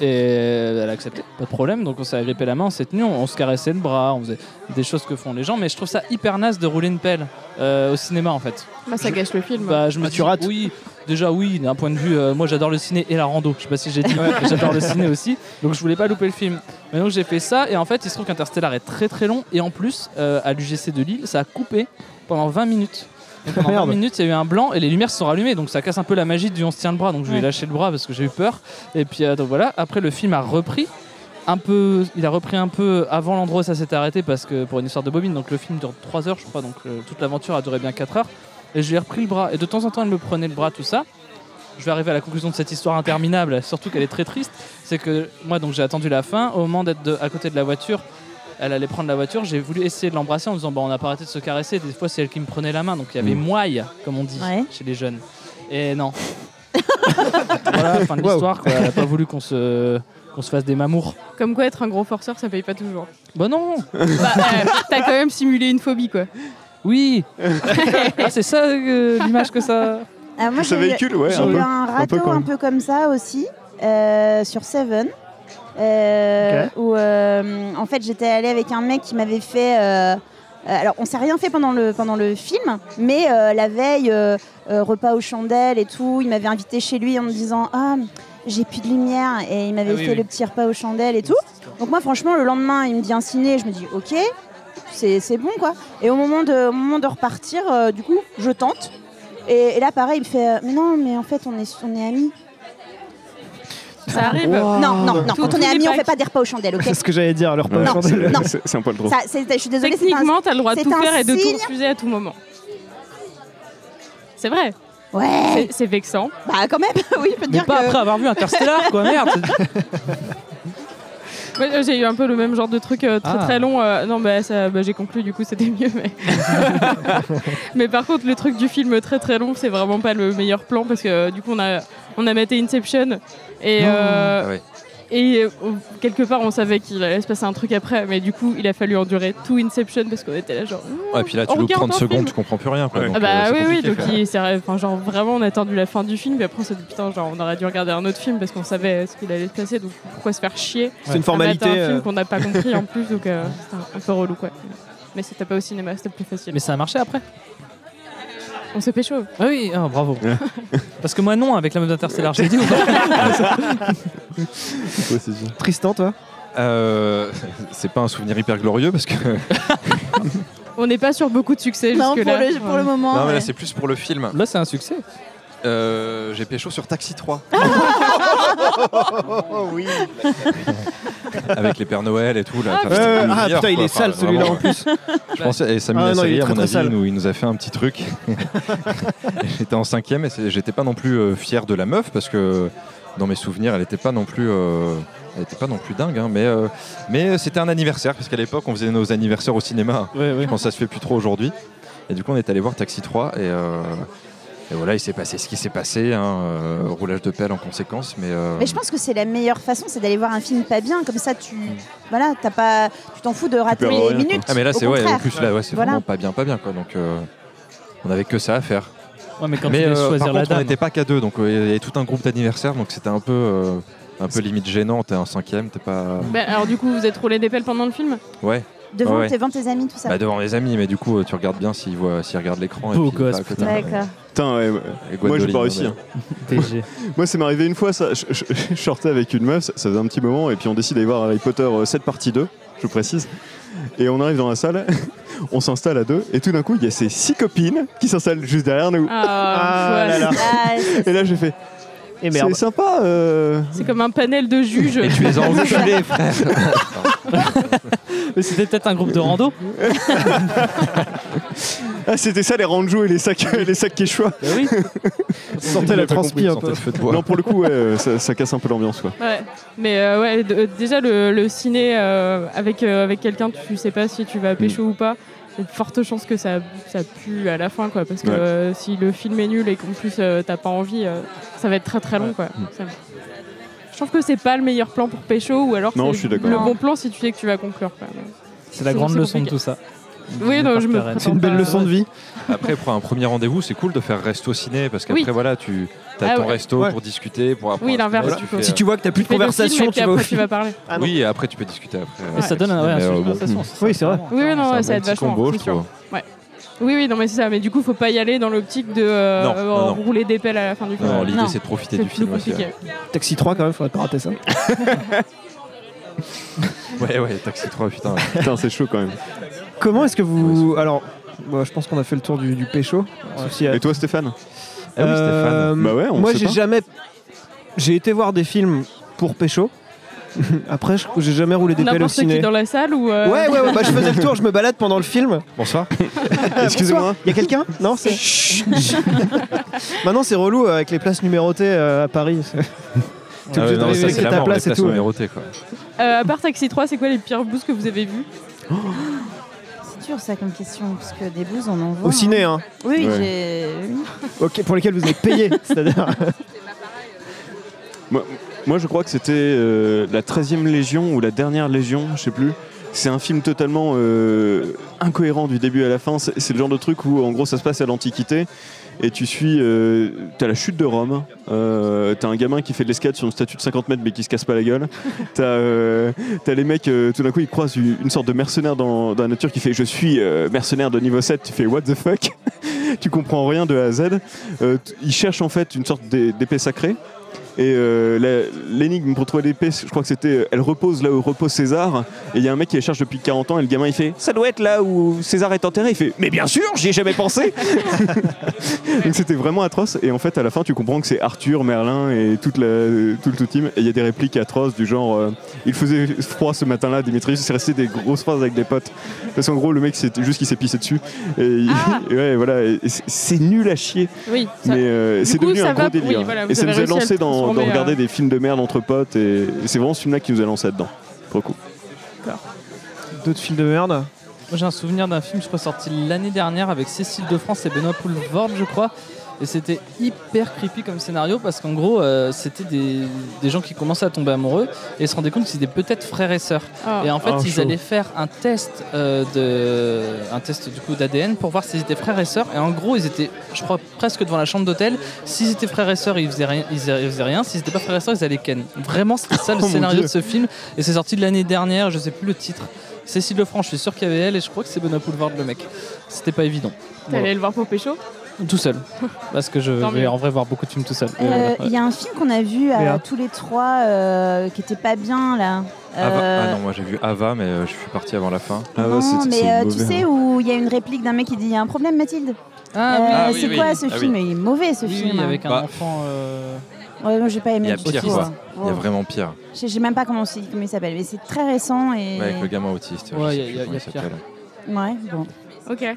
Et elle a accepté, pas de problème. Donc, on s'est agrippé la main, on s'est tenu, on, on se caressait le bras, on faisait des choses que font les gens. Mais je trouve ça hyper naze de rouler une pelle euh, au cinéma, en fait. Moi, Ah, ça gâche le film. Bah, je me Ah, tu suis- rates. Oui, déjà oui, d'un point de vue, euh, moi j'adore le ciné et la rando. Je sais pas si j'ai dit, j'adore le ciné aussi. Donc je voulais pas louper le film. Mais donc j'ai fait ça et en fait il se trouve qu'Interstellar est très très long et en plus euh, à l'UGC de Lille ça a coupé pendant 20 minutes. Et pendant Merde. 20 minutes, il y a eu un blanc et les lumières se sont rallumées, donc ça casse un peu la magie du on se tient le bras. Donc je vais Ouais. lâcher le bras parce que j'ai eu peur. Et puis euh, donc voilà, après le film a repris un peu, il a repris un peu avant l'endroit où ça s'était arrêté parce que pour une histoire de bobine, donc le film dure 3 heures, je crois, donc euh, toute l'aventure a duré bien 4 heures. Et je lui ai repris le bras. Et de temps en temps, elle me prenait le bras, tout ça. Je vais arriver à la conclusion de cette histoire interminable, surtout qu'elle est très triste. C'est que moi, donc j'ai attendu la fin. Au moment d'être de- à côté de la voiture, elle allait prendre la voiture. J'ai voulu essayer de l'embrasser en me disant Bon, on n'a pas arrêté de se caresser. Des fois, c'est elle qui me prenait la main. Donc il y avait Mm. moille, comme on dit Ouais. chez les jeunes. Et non. voilà, fin de l'histoire. quoi. Elle n'a pas voulu qu'on se, qu'on se fasse des mamours. Comme quoi, être un gros forceur, ça paye pas toujours. Bah non Bah, euh, T'as quand même simulé une phobie, quoi. Oui Ah, C'est ça euh, l'image que ça. Ah, moi, j'ai Ça eu- véhicule, ouais, J'ai un eu peu. un râteau peu un peu, quand comme même. ça aussi euh, sur Seven. euh, Où euh, en fait j'étais allée avec un mec qui m'avait fait. euh, euh, alors on s'est rien fait pendant le, pendant le film, mais euh, la veille, euh, euh, repas aux chandelles et tout, il m'avait invité chez lui en me disant Ah, j'ai plus de lumière et il m'avait Ah oui, fait oui. le petit repas aux chandelles et tout. Donc moi franchement le lendemain il me dit un ciné, je me dis ok, c'est c'est bon quoi. Et au moment de, au moment de repartir, euh, du coup je tente. Et, et là pareil il me fait euh, mais non mais en fait on est, on est amis. Ça arrive. Non non non, Ah. Tout- quand tous on est les amis on packs. fait pas des repas aux chandelles ok. C'est ce que j'allais dire, leur Ouais, pas c'est- chandelle. non. c'est- C'est un poil drôle. Ça, c'est- je suis désolée, c'est un- Techniquement, t'as le droit de c'est tout un faire et de tout signe. refuser à tout moment. C'est vrai, Ouais, c'est- c'est vexant. bah quand même, oui, je peux te Mais dire pas que... après avoir vu Interstellar, quoi, merde Ouais, euh, j'ai eu un peu le même genre de truc euh, très Ah. très long. euh, non, bah, ça, bah, j'ai conclu, du coup, c'était mieux. Mais... mais par contre, le truc du film très très long, c'est vraiment pas le meilleur plan parce que euh, du coup, on a, on a maté Inception et, euh, Ah ouais. et euh, quelque part, on savait qu'il allait se passer un truc après, mais du coup, il a fallu endurer tout Inception parce qu'on était là, genre. Ouais, Ah, puis là, tu On loupes regarde 30 un secondes, film. tu comprends plus rien. Quoi, Ouais. donc, Ah bah euh, oui, c'est oui, compliqué, donc quoi. il s'est- enfin, genre vraiment on a attendu la fin du film, puis après on s'est dit putain, genre on aurait dû regarder un autre film parce qu'on savait euh, ce qu'il allait se passer, donc pourquoi se faire chier C'est une à mater formalité. un film euh, qu'on n'a pas compris en plus, donc euh, c'était un- un peu relou quoi. Mais c'était pas au cinéma, c'était plus facile. Mais ça a marché après on se pécho. Ah oui, ah, bravo Parce que moi, non, avec la meuf d'Interstellar, j'ai dit oh, ou pas Ouais, c'est ça. Tristan, toi Euh, c'est pas un souvenir hyper glorieux parce que. On n'est pas sur beaucoup de succès Non, pour jusque là. le, pour le moment. non, mais là, ouais. c'est plus pour le film. Là, c'est un succès. Euh, J'ai pécho sur Taxi 3. Oh Avec les Pères Noël et tout. Là, Enfin, c'était Euh, une Ah demi-heure, putain, il quoi. est sale Enfin, celui-là vraiment, en plus. Je pensais, et Samy Ah non, il est Nasseri, à très, mon très avis, sale. nous, il nous a fait un petit truc. j'étais en cinquième et c'est- j'étais pas non plus euh, fier de la meuf parce que dans mes souvenirs, elle était pas non plus. euh, elle était pas non plus dingue, hein, mais, euh, mais c'était un anniversaire, parce qu'à l'époque, on faisait nos anniversaires au cinéma. Je pense que ça se fait plus trop aujourd'hui. Et du coup, on est allé voir Taxi 3 et, euh, et voilà, il s'est passé ce qui s'est passé, hein, euh, roulage de pelle en conséquence, mais, euh, Mais je pense que c'est la meilleure façon, c'est d'aller voir un film pas bien, comme ça tu voilà, t'as pas, tu t'en fous de rater peux avoir les rien, minutes. ah mais là au c'est ouais, en contraire. plus là ouais, c'est Voilà. vraiment pas bien, pas bien quoi. Donc euh, on avait que ça à faire. Ouais, mais quand mais tu euh, veux par choisir la contre, on dame. n'était pas qu'à deux, donc euh, il y avait tout un groupe d'anniversaire, donc c'était un peu euh, un peu limite gênant. T'es en cinquième, t'es pas Bah, alors du coup, vous êtes roulé des pelles pendant le film ouais Devant, Ouais. devant tes amis, tout ça. bah, devant les amis, mais du coup euh, tu regardes bien s'ils voient s'ils regardent l'écran. et Beau puis, bah, pas gosse, à côté. putain. D'accord. Putain, ouais, ouais. Et Moi, j'ai Guadoline, pas réussi. ouais. hein. PG. Moi, ça m'est arrivé une fois, ça. Je, je- je sortais avec une meuf, ça, ça faisait un petit moment, et puis on décide d'aller voir Harry Potter euh, 7 partie 2, je précise. Et on arrive dans la salle, on s'installe à deux, et tout d'un coup, il y a ces six copines qui s'installent juste derrière nous. Ah, voilà. là là. Ah, Et là, j'ai fait, Et merde. c'est sympa. euh, C'est comme un panel de juges. Et tu les as enculés, frère. Mais c'était peut-être un groupe de rando. Ah, c'était ça les ranjou et les sacs, et les sacs quechua. Bah oui. Sortez la transpi un peu. Sentez le feu de bois. Non, pour le coup, ouais, euh, ça, ça casse un peu l'ambiance, quoi. Ouais, mais euh, ouais, d- euh, déjà le, le ciné euh, avec, euh, avec quelqu'un, tu sais pas si tu vas pécho ou pas. Il y a de fortes chances que ça, ça pue à la fin, quoi. Parce que Ouais. euh, si le film est nul et qu'en plus euh, t'as pas envie, euh, ça va être très très long, quoi. Ça- Je trouve que c'est pas le meilleur plan pour pécho, ou alors Non, je c'est suis le d'accord. bon plan si tu sais que tu vas conclure. quoi. C'est la C'est- grande c'est leçon de compliqué. tout ça. Oui, non, je me Par Karen. C'est une belle leçon de vie. Après, pour un premier rendez-vous, c'est cool de faire resto ciné parce qu'après, Oui. voilà, tu as Ah ton ouais. resto Ouais. pour discuter, pour apprendre. Oui, à se l'inverse, connaître, tu du coup. fais, euh, Si tu vois que t'as plus de Fais le film, conversation, et tu puis vas au après tu film. vas parler. Ah non. Oui, et après, tu peux discuter après. Et ça donne un, ouais, un Mais, euh, sujet de bon. conversation, ça, Oui, ça, c'est vrai. Oui, oui, non, ouais, ça C'est un bon aide petit vachement. combo, c'est je sûr. trouve. Oui, oui, non, mais c'est ça. Mais du coup, faut pas y aller dans l'optique de euh, Non, non, non. rouler des pelles à la fin du film. Non, l'idée, Non. c'est de profiter c'est du plus film aussi. compliqué. Ouais, Taxi 3 quand même, faudrait pas rater ça. ouais, ouais, Taxi 3, putain. Euh, ouais. Putain, c'est chaud quand même. Comment est-ce que vous. Alors, moi, je pense qu'on a fait le tour du, du pécho. Souci à- Et toi, Ah Stéphane oui, Stéphane. Euh, Bah ouais, on Moi, sait j'ai pas. jamais. J'ai été voir des films pour pécho. Après, je- j'ai jamais roulé des pelles au N'importe qui ciné. dans la salle ou. euh, Ouais, ouais, ouais, bah, je faisais le tour, je me balade pendant le film. Bonsoir. Ah, Excusez-moi. Y a quelqu'un Non, c'est. Maintenant, c'est relou euh, avec les places numérotées euh, à Paris. C'est- T'es obligé Ah ouais, non, d'arriver ça, avec c'est ta la mort, les place et places tout. numérotées, quoi. euh, à part Taxi 3, c'est quoi les pires bouses que vous avez vues C'est dur ça comme question, parce que des bouses on en voit. Au hein. ciné, hein. Oui, oui, Ouais. j'ai. Ok, pour lesquels vous avez payé, c'est-à-dire. Moi, moi, je crois que c'était euh, la 13e Légion ou la dernière Légion, je sais plus. C'est un film totalement euh, incohérent du début à la fin. C'est c'est le genre de truc où, en gros, ça se passe à l'Antiquité. Et tu suis. euh, t'as la chute de Rome. euh, t'as un gamin qui fait de l'escalade sur une statue de 50 mètres mais qui se casse pas la gueule. T'as euh, t'as les mecs, euh, tout d'un coup, ils croisent une une sorte de mercenaire dans, dans la nature qui fait Je suis euh, mercenaire de niveau 7. Tu fais What the fuck Tu comprends rien de A à Z. Euh, t- ils cherchent en fait une sorte d'é- d'épée sacrée. Et euh, la- l'énigme pour trouver l'épée, je crois que c'était euh, elle repose là où repose César. Et il y a un mec qui la cherche depuis 40 ans et le gamin il fait Ça doit être là où César est enterré. Il fait Mais bien sûr, j'y ai jamais pensé Donc c'était vraiment atroce. Et en fait, à la fin, tu comprends que c'est Arthur, Merlin et toute la, tout le tout team. Et il y a des répliques atroces du genre euh, Il faisait froid ce matin-là, Dimitri. C'est resté des grosses phrases avec des potes. Parce qu'en gros, le mec, c'est juste qu'il s'est pissé dessus. Et, il- Ah. et ouais, voilà. Et c'est- C'est nul à chier. Oui, ça- Mais euh, Du c'est coup, devenu ça un va- gros délire. oui, voilà, vous et ça avez nous a réussi à lancé le dans, dans transformer, regarder euh, des films de merde entre potes. Et c'est vraiment ce film-là qui nous a lancé dedans, pour le coup. D'autres films de merde. Moi, j'ai un souvenir d'un film, je crois, sorti l'année dernière avec Cécile de France et Benoît Poulvorde, je crois. Et c'était hyper creepy comme scénario parce qu'en gros, euh, c'était des, des gens qui commençaient à tomber amoureux et se rendaient compte qu'ils étaient peut-être frères et sœurs. ah. Et en fait, Ah, ils chaud. allaient faire un test euh, de, un test du coup d'ADN pour voir s'ils étaient frères et sœurs. Et en gros, ils étaient, je crois, presque devant la chambre d'hôtel. S'ils étaient frères et sœurs, ils faisaient rien. Ils, ils faisaient rien. S'ils étaient pas frères et sœurs, ils allaient ken. Vraiment, c'était ça le Oh mon scénario Dieu. de ce film. Et c'est sorti de l'année dernière. Je sais plus le titre. Cécile Lefranc, je suis sûr qu'il y avait elle. Et je crois que c'est Benoît Poulvard le mec. C'était pas évident. T'es allé le voir pour pécho Tout seul, parce que je Tant vais mieux. en vrai voir beaucoup de films tout seul. Euh, Il y a un film qu'on a vu à Léa. tous les trois euh, qui était pas bien là. Ava- Euh, Ah non, moi j'ai vu Ava, mais euh, je suis parti avant la fin. Ah non, ouais, c'est- mais c'est euh, tu mauvais, sais hein. où il y a une réplique d'un mec qui dit il y a un problème Mathilde. Ah Euh, oui, Ah oui, c'est oui, quoi oui. ce Ah film Il est mauvais ce oui, film. hein. avec un Bah. enfant. euh, Ouais, moi j'ai pas aimé. Il y a du pire, tout, quoi. hein. Il y a Oh. vraiment pire. Je sais- je sais même pas comment, c'est- comment il s'appelle, mais c'est très récent et. Ouais, avec le gamin autiste. Ouais, je y sais a- plus y a- comment y a il s'appelle. Ouais, bon. Ok.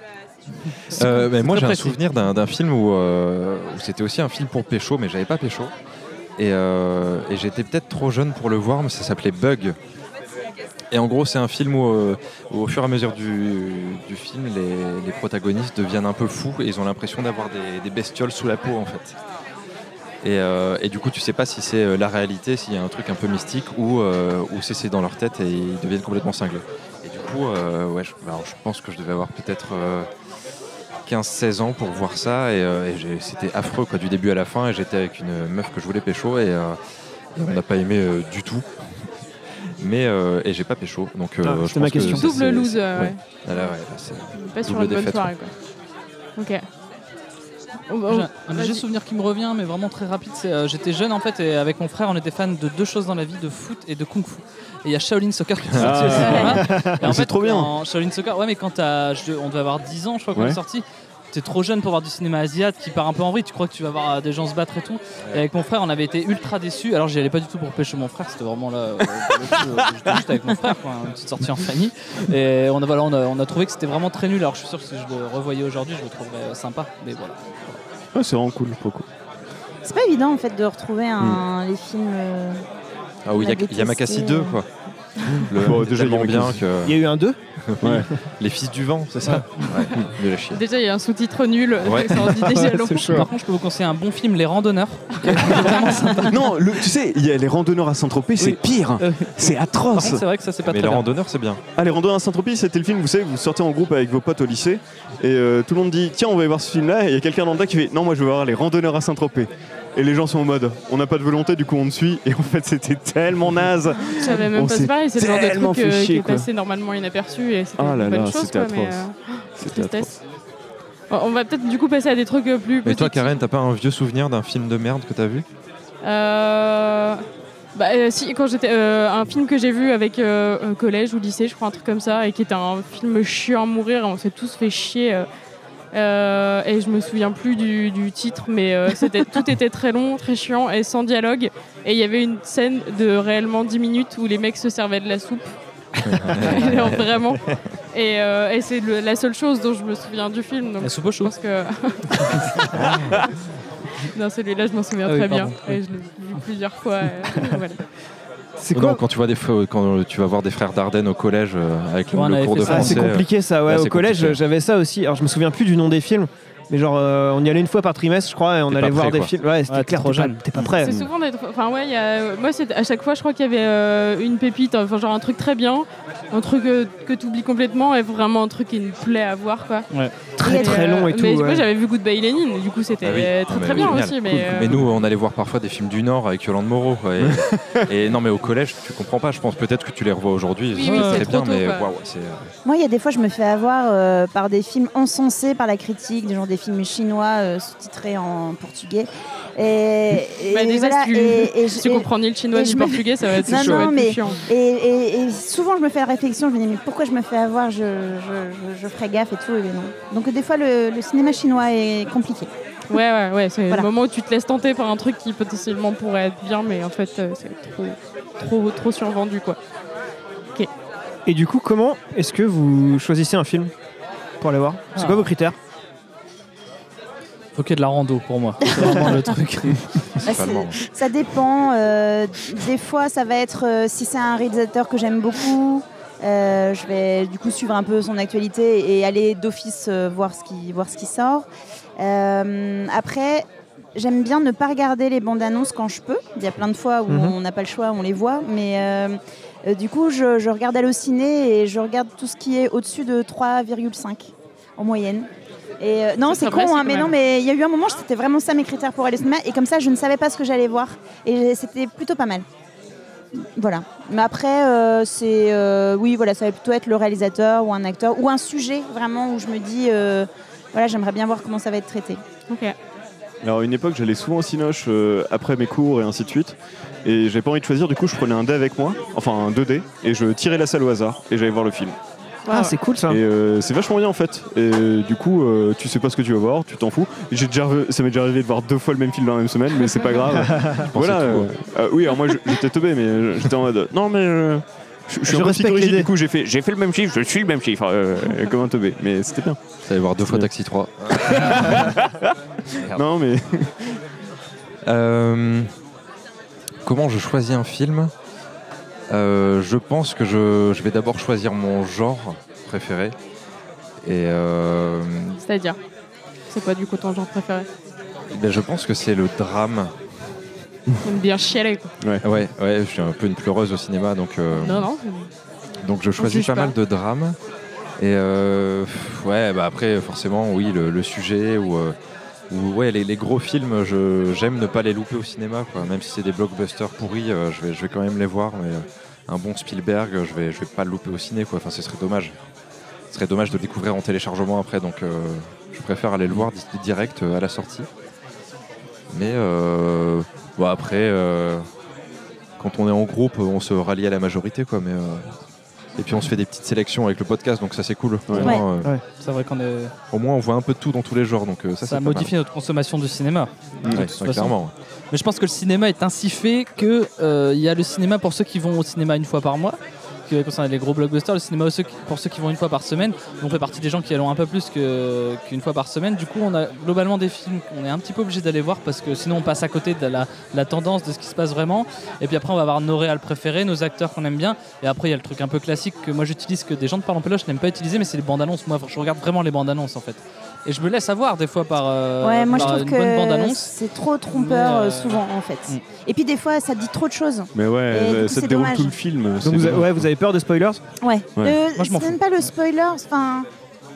Euh, mais moi très j'ai un précis. souvenir d'un d'un film où, euh, où c'était aussi un film pour pécho, mais j'avais pas pécho. Et, euh, et j'étais peut-être trop jeune pour le voir, mais ça s'appelait Bug. Et en gros, c'est un film où, euh, où au fur et à mesure du, du film, les, les protagonistes deviennent un peu fous et ils ont l'impression d'avoir des, des bestioles sous la peau en fait. Et, euh, et du coup, tu sais pas si c'est euh, la réalité, s'il y a un truc un peu mystique ou, euh, ou si c'est dans leur tête et ils deviennent complètement cinglés. Et du coup, euh, ouais, je, alors, je pense que je devais avoir peut-être euh, 15-16 ans pour voir ça et, euh, et j'ai- c'était affreux quoi, du début à la fin et j'étais avec une meuf que je voulais pécho et, euh, et on n'a pas aimé euh, du tout. Mais euh, et j'ai pas pécho donc euh, Ah, je c'était ma pense que question. ça, Double c'est- loose, euh, ouais. ouais. Ah là, ouais, là, c'est- Pas sur Double une bonne défaite, hein. soirée, quoi. Ok. Oh, On va- on- J'ai un- Un léger vas-y. souvenir qui me revient, mais vraiment très rapide. C'est euh, j'étais jeune en fait, et avec mon frère, on était fan de deux choses dans la vie de foot et de kung-fu. Et il y a Shaolin Soccer qui est sorti Ah. au cinéma. Et en Mais c'est fait, trop bien. en Shaolin Soccer, ouais, mais quand t'as, je- on devait avoir 10 ans, je crois, quand Ouais. il est sorti. T'es trop jeune pour voir du cinéma asiat qui part un peu en vrille. Tu crois que tu vas voir euh, des gens se battre et tout. Et avec mon frère, on avait été ultra déçus. Alors, j'y allais pas du tout pour pêcher mon frère. C'était vraiment là. euh, pour le coup, euh, J'étais juste avec mon frère, quoi, une petite sortie en famille. Et on a, voilà, on a, on a trouvé que c'était vraiment très nul. Alors, je suis sûr que si je le revoyais aujourd'hui, je le trouverais euh, sympa. Mais voilà. Ouais, c'est vraiment cool, pour le coup. C'est pas évident en fait de retrouver un, Hmm. les films. euh, Ah oui, La il y a Makassi détestée, 2 euh. quoi. Le, Bon, c'est déjà, tellement bien Yamakasi. que Il y a eu un 2. les fils du vent, c'est ça Ouais, de la chier. Déjà, il y a un sous-titre nul. Ouais. Ça en dit déjà long. C'est chaud. Par contre, je peux vous conseiller un bon film, Les Randonneurs. non, le- tu sais, il y a les randonneurs à Saint-Tropez, c'est pire. Euh, C'est Par atroce. contre, c'est vrai que ça, c'est pas Mais très le bien. randonneur c'est bien. Ah, les randonneurs à Saint-Tropez, c'était le film, vous savez, vous sortez en groupe avec vos potes au lycée et euh, tout le monde dit tiens, on va aller voir ce film-là. Et il y a quelqu'un lambda qui fait non, moi je veux voir les randonneurs à Saint-Tropez. Et les gens sont en mode on n'a pas de volonté, du coup on te suit. Et en fait, c'était tellement naze. Je savais même On pas c'est s'est pareil. C'est le genre de tellement truc euh, fait chier, qui est quoi. passé normalement inaperçu et c'était Ah là une bonne là, chose, c'était quoi. Mais, atroce. euh, C'était atroce. tristesse. Bon, on va peut-être du coup passer à des trucs euh, plus. Mais toi petites. Karen, t'as pas un vieux souvenir d'un film de merde que t'as vu Euh, Bah, euh, si, quand j'étais. euh, un film que j'ai vu avec euh, un collège ou lycée, je crois, un truc comme ça, et qui était un film chiant à mourir, et on s'est tous fait chier. euh, euh, Euh, et je me souviens plus du, du titre, mais euh, c'était, tout était très long, très chiant et sans dialogue. Et il y avait une scène de réellement 10 minutes où les mecs se servaient de la soupe. Alors, vraiment. Et, euh, et c'est le- la seule chose dont je me souviens du film. Donc La soupe au je chou. pense que. non, celui-là, je m'en souviens Ah oui, très pardon. bien. Et je l'ai vu plusieurs fois. euh, voilà. C'est Oh Non, quoi quand tu vois des fo- quand euh, tu vas voir des frères Dardenne au collège euh, avec le, Ouais, on le avait cours fait de ça. Ah, français. c'est compliqué ça, ouais. euh, Là, Au c'est collège, compliqué. j'avais ça aussi. Alors, je me souviens plus du nom des films, mais genre, euh, on y allait une fois par trimestre, je crois, et on T'es allait pas voir prêt, des quoi. films. Ouais, c'était Ouais, t'es clair, trop t'es pas, jeune. t'es pas prêt. C'est souvent d'être. Enfin, ouais, il y a- moi, c'est- à chaque fois, je crois qu'il y avait euh, une pépite, enfin, genre un truc très bien, un truc euh, que tu oublies complètement et vraiment un truc qui nous plaît à voir, quoi. Très Mais, très euh, long et tout. Mais ouais. moi, j'avais vu Goodbye Lenin, du coup, c'était Ah oui. euh, Ah, très mais très oui, bien génial. aussi. Cool, Mais, cool. euh, Mais nous, on allait voir parfois des films du Nord avec Yolande Moreau. quoi, Et, et non, mais au collège, tu comprends pas. Je pense peut-être que tu les revois aujourd'hui. Oui, c'est oui, c'est très trop bien, tôt, mais quoi. waouh, c'est. euh, Moi, il y a des fois, je me fais avoir euh, par des films encensés par la critique, des gens des films chinois euh, sous-titrés en portugais. Et, et bah, déjà, voilà, si tu, et- et si je- tu et- comprends ni le chinois et ni je le me- portugais, ça va être Non, ça va non, être mais- chiant. Et, et- et souvent, je me fais la réflexion, je me dis, mais pourquoi je me fais avoir je, je, je- je ferai gaffe et tout, et non. Donc, des fois, le, le cinéma chinois est compliqué. Ouais, ouais, ouais, c'est Voilà. le moment où tu te laisses tenter par un truc qui potentiellement pourrait être bien, mais en fait, euh, c'est trop, trop, trop survendu, quoi. Et du coup, comment est-ce que vous choisissez un film pour aller voir C'est Ah. quoi vos critères Faut qu'il y ait de la rando pour moi. C'est vraiment le truc. Ah, Bah, principalement. Ça dépend. euh, des fois, ça va être euh, si c'est un réalisateur que j'aime beaucoup, euh, je vais du coup suivre un peu son actualité et aller d'office euh, voir ce qui voir ce qui sort. Euh, après. J'aime bien ne pas regarder les bandes annonces quand je peux. Il y a plein de fois où Mhm. on n'a pas le choix, on les voit. Mais euh, euh, du coup, je, je regarde Allociné et je regarde tout ce qui est au-dessus de 3,5 en moyenne. Et euh, non, C'est c'est pas mal, con, hein, c'est mais quand non, même. mais il y a eu un moment, c'était vraiment ça mes critères pour aller au cinéma, et comme ça, je ne savais pas ce que j'allais voir, et c'était plutôt pas mal. Voilà. Mais après, euh, c'est euh, oui, voilà, ça va plutôt être le réalisateur ou un acteur ou un sujet vraiment où je me dis, euh, voilà, j'aimerais bien voir comment ça va être traité. Ok. Alors, à une époque, j'allais souvent au Cinoche euh, après mes cours et ainsi de suite. Et j'avais pas envie de choisir, du coup, je prenais un dé avec moi, enfin un 2D, et je tirais la salle au hasard, et j'allais voir le film. Ah, c'est cool ça. Et euh, c'est vachement bien en fait. Et euh, du coup, euh, tu sais pas ce que tu vas voir, tu t'en fous. J'ai déjà, revu- ça m'est déjà arrivé de voir deux fois le même film dans la même semaine, mais c'est pas grave. voilà. tout, euh, ouais. euh, oui, alors moi je- j'étais teubé, mais euh, j'étais en mode non mais euh, je, je suis Je un peu respecte psychologique, l'idée. du coup j'ai fait, j'ai fait le même chiffre, je suis le même chiffre, euh, comme un teubé. Mais c'était bien. T'allais voir deux fois Taxi 3. Non mais Euh, comment je choisis un film Euh, Je pense que je, je vais d'abord choisir mon genre préféré. Et euh, C'est-à-dire C'est quoi, du coup, ton genre préféré ben, je pense que c'est le drame. J'aime bien chialer, quoi. Ouais, ouais, je suis un peu une pleureuse au cinéma, donc, euh, Non, non. c'est- donc je choisis juge pas, pas. mal de drames. Et euh, pff, ouais, bah après, forcément, oui, le, le sujet ou. euh, ou, ouais, les, les gros films, je- j'aime ne pas les louper au cinéma, quoi. Même si c'est des blockbusters pourris, euh, je, vais, je vais quand même les voir. Mais euh, un bon Spielberg, euh, je vais, je vais pas le louper au ciné, quoi. Enfin, ce serait dommage. Ce serait dommage de le découvrir en téléchargement après, donc euh, je préfère aller le voir di- direct euh, à la sortie. Mais euh, bon, après, euh, quand on est en groupe, on se rallie à la majorité, quoi. Mais euh, et puis on se fait des petites sélections avec le podcast, donc ça c'est cool. Au, Ouais. moins, euh, C'est vrai qu'on est. au moins, on voit un peu de tout dans tous les genres, donc euh, ça, Ça c'est a pas mal. modifié notre consommation du cinéma. Ouais, toute façon. clairement. ouais. Mais je pense que le cinéma est ainsi fait que euh, il y a le cinéma pour ceux qui vont au cinéma une fois par mois, qui concerne les gros blockbusters, le cinéma aussi pour ceux qui vont une fois par semaine. On fait partie des gens qui allons un peu plus que- qu'une fois par semaine. Du coup, on a globalement des films qu'on est un petit peu obligé d'aller voir parce que sinon on passe à côté de la, la tendance de ce qui se passe vraiment. Et puis après, on va avoir nos réals préférés, nos acteurs qu'on aime bien. Et après, il y a le truc un peu classique que moi j'utilise, que des gens de Parlons Peloche n'aiment pas utiliser, mais c'est les bandes annonces. Moi, je regarde vraiment les bandes annonces en fait. Et je me laisse avoir des fois par, euh, ouais, moi je par trouve une bonne bande que annonce. c'est trop trompeur Mais, euh, euh, souvent en fait. Mm. Et puis des fois, ça dit trop de choses. mais ouais, Et du coup, ça c'est te déroule dommage. tout le film. c'est Donc, vous, dommage. ouais, vous avez peur de spoilers Ouais. Ouais. Euh, Moi, je m'en c'est même pas le spoiler. Enfin,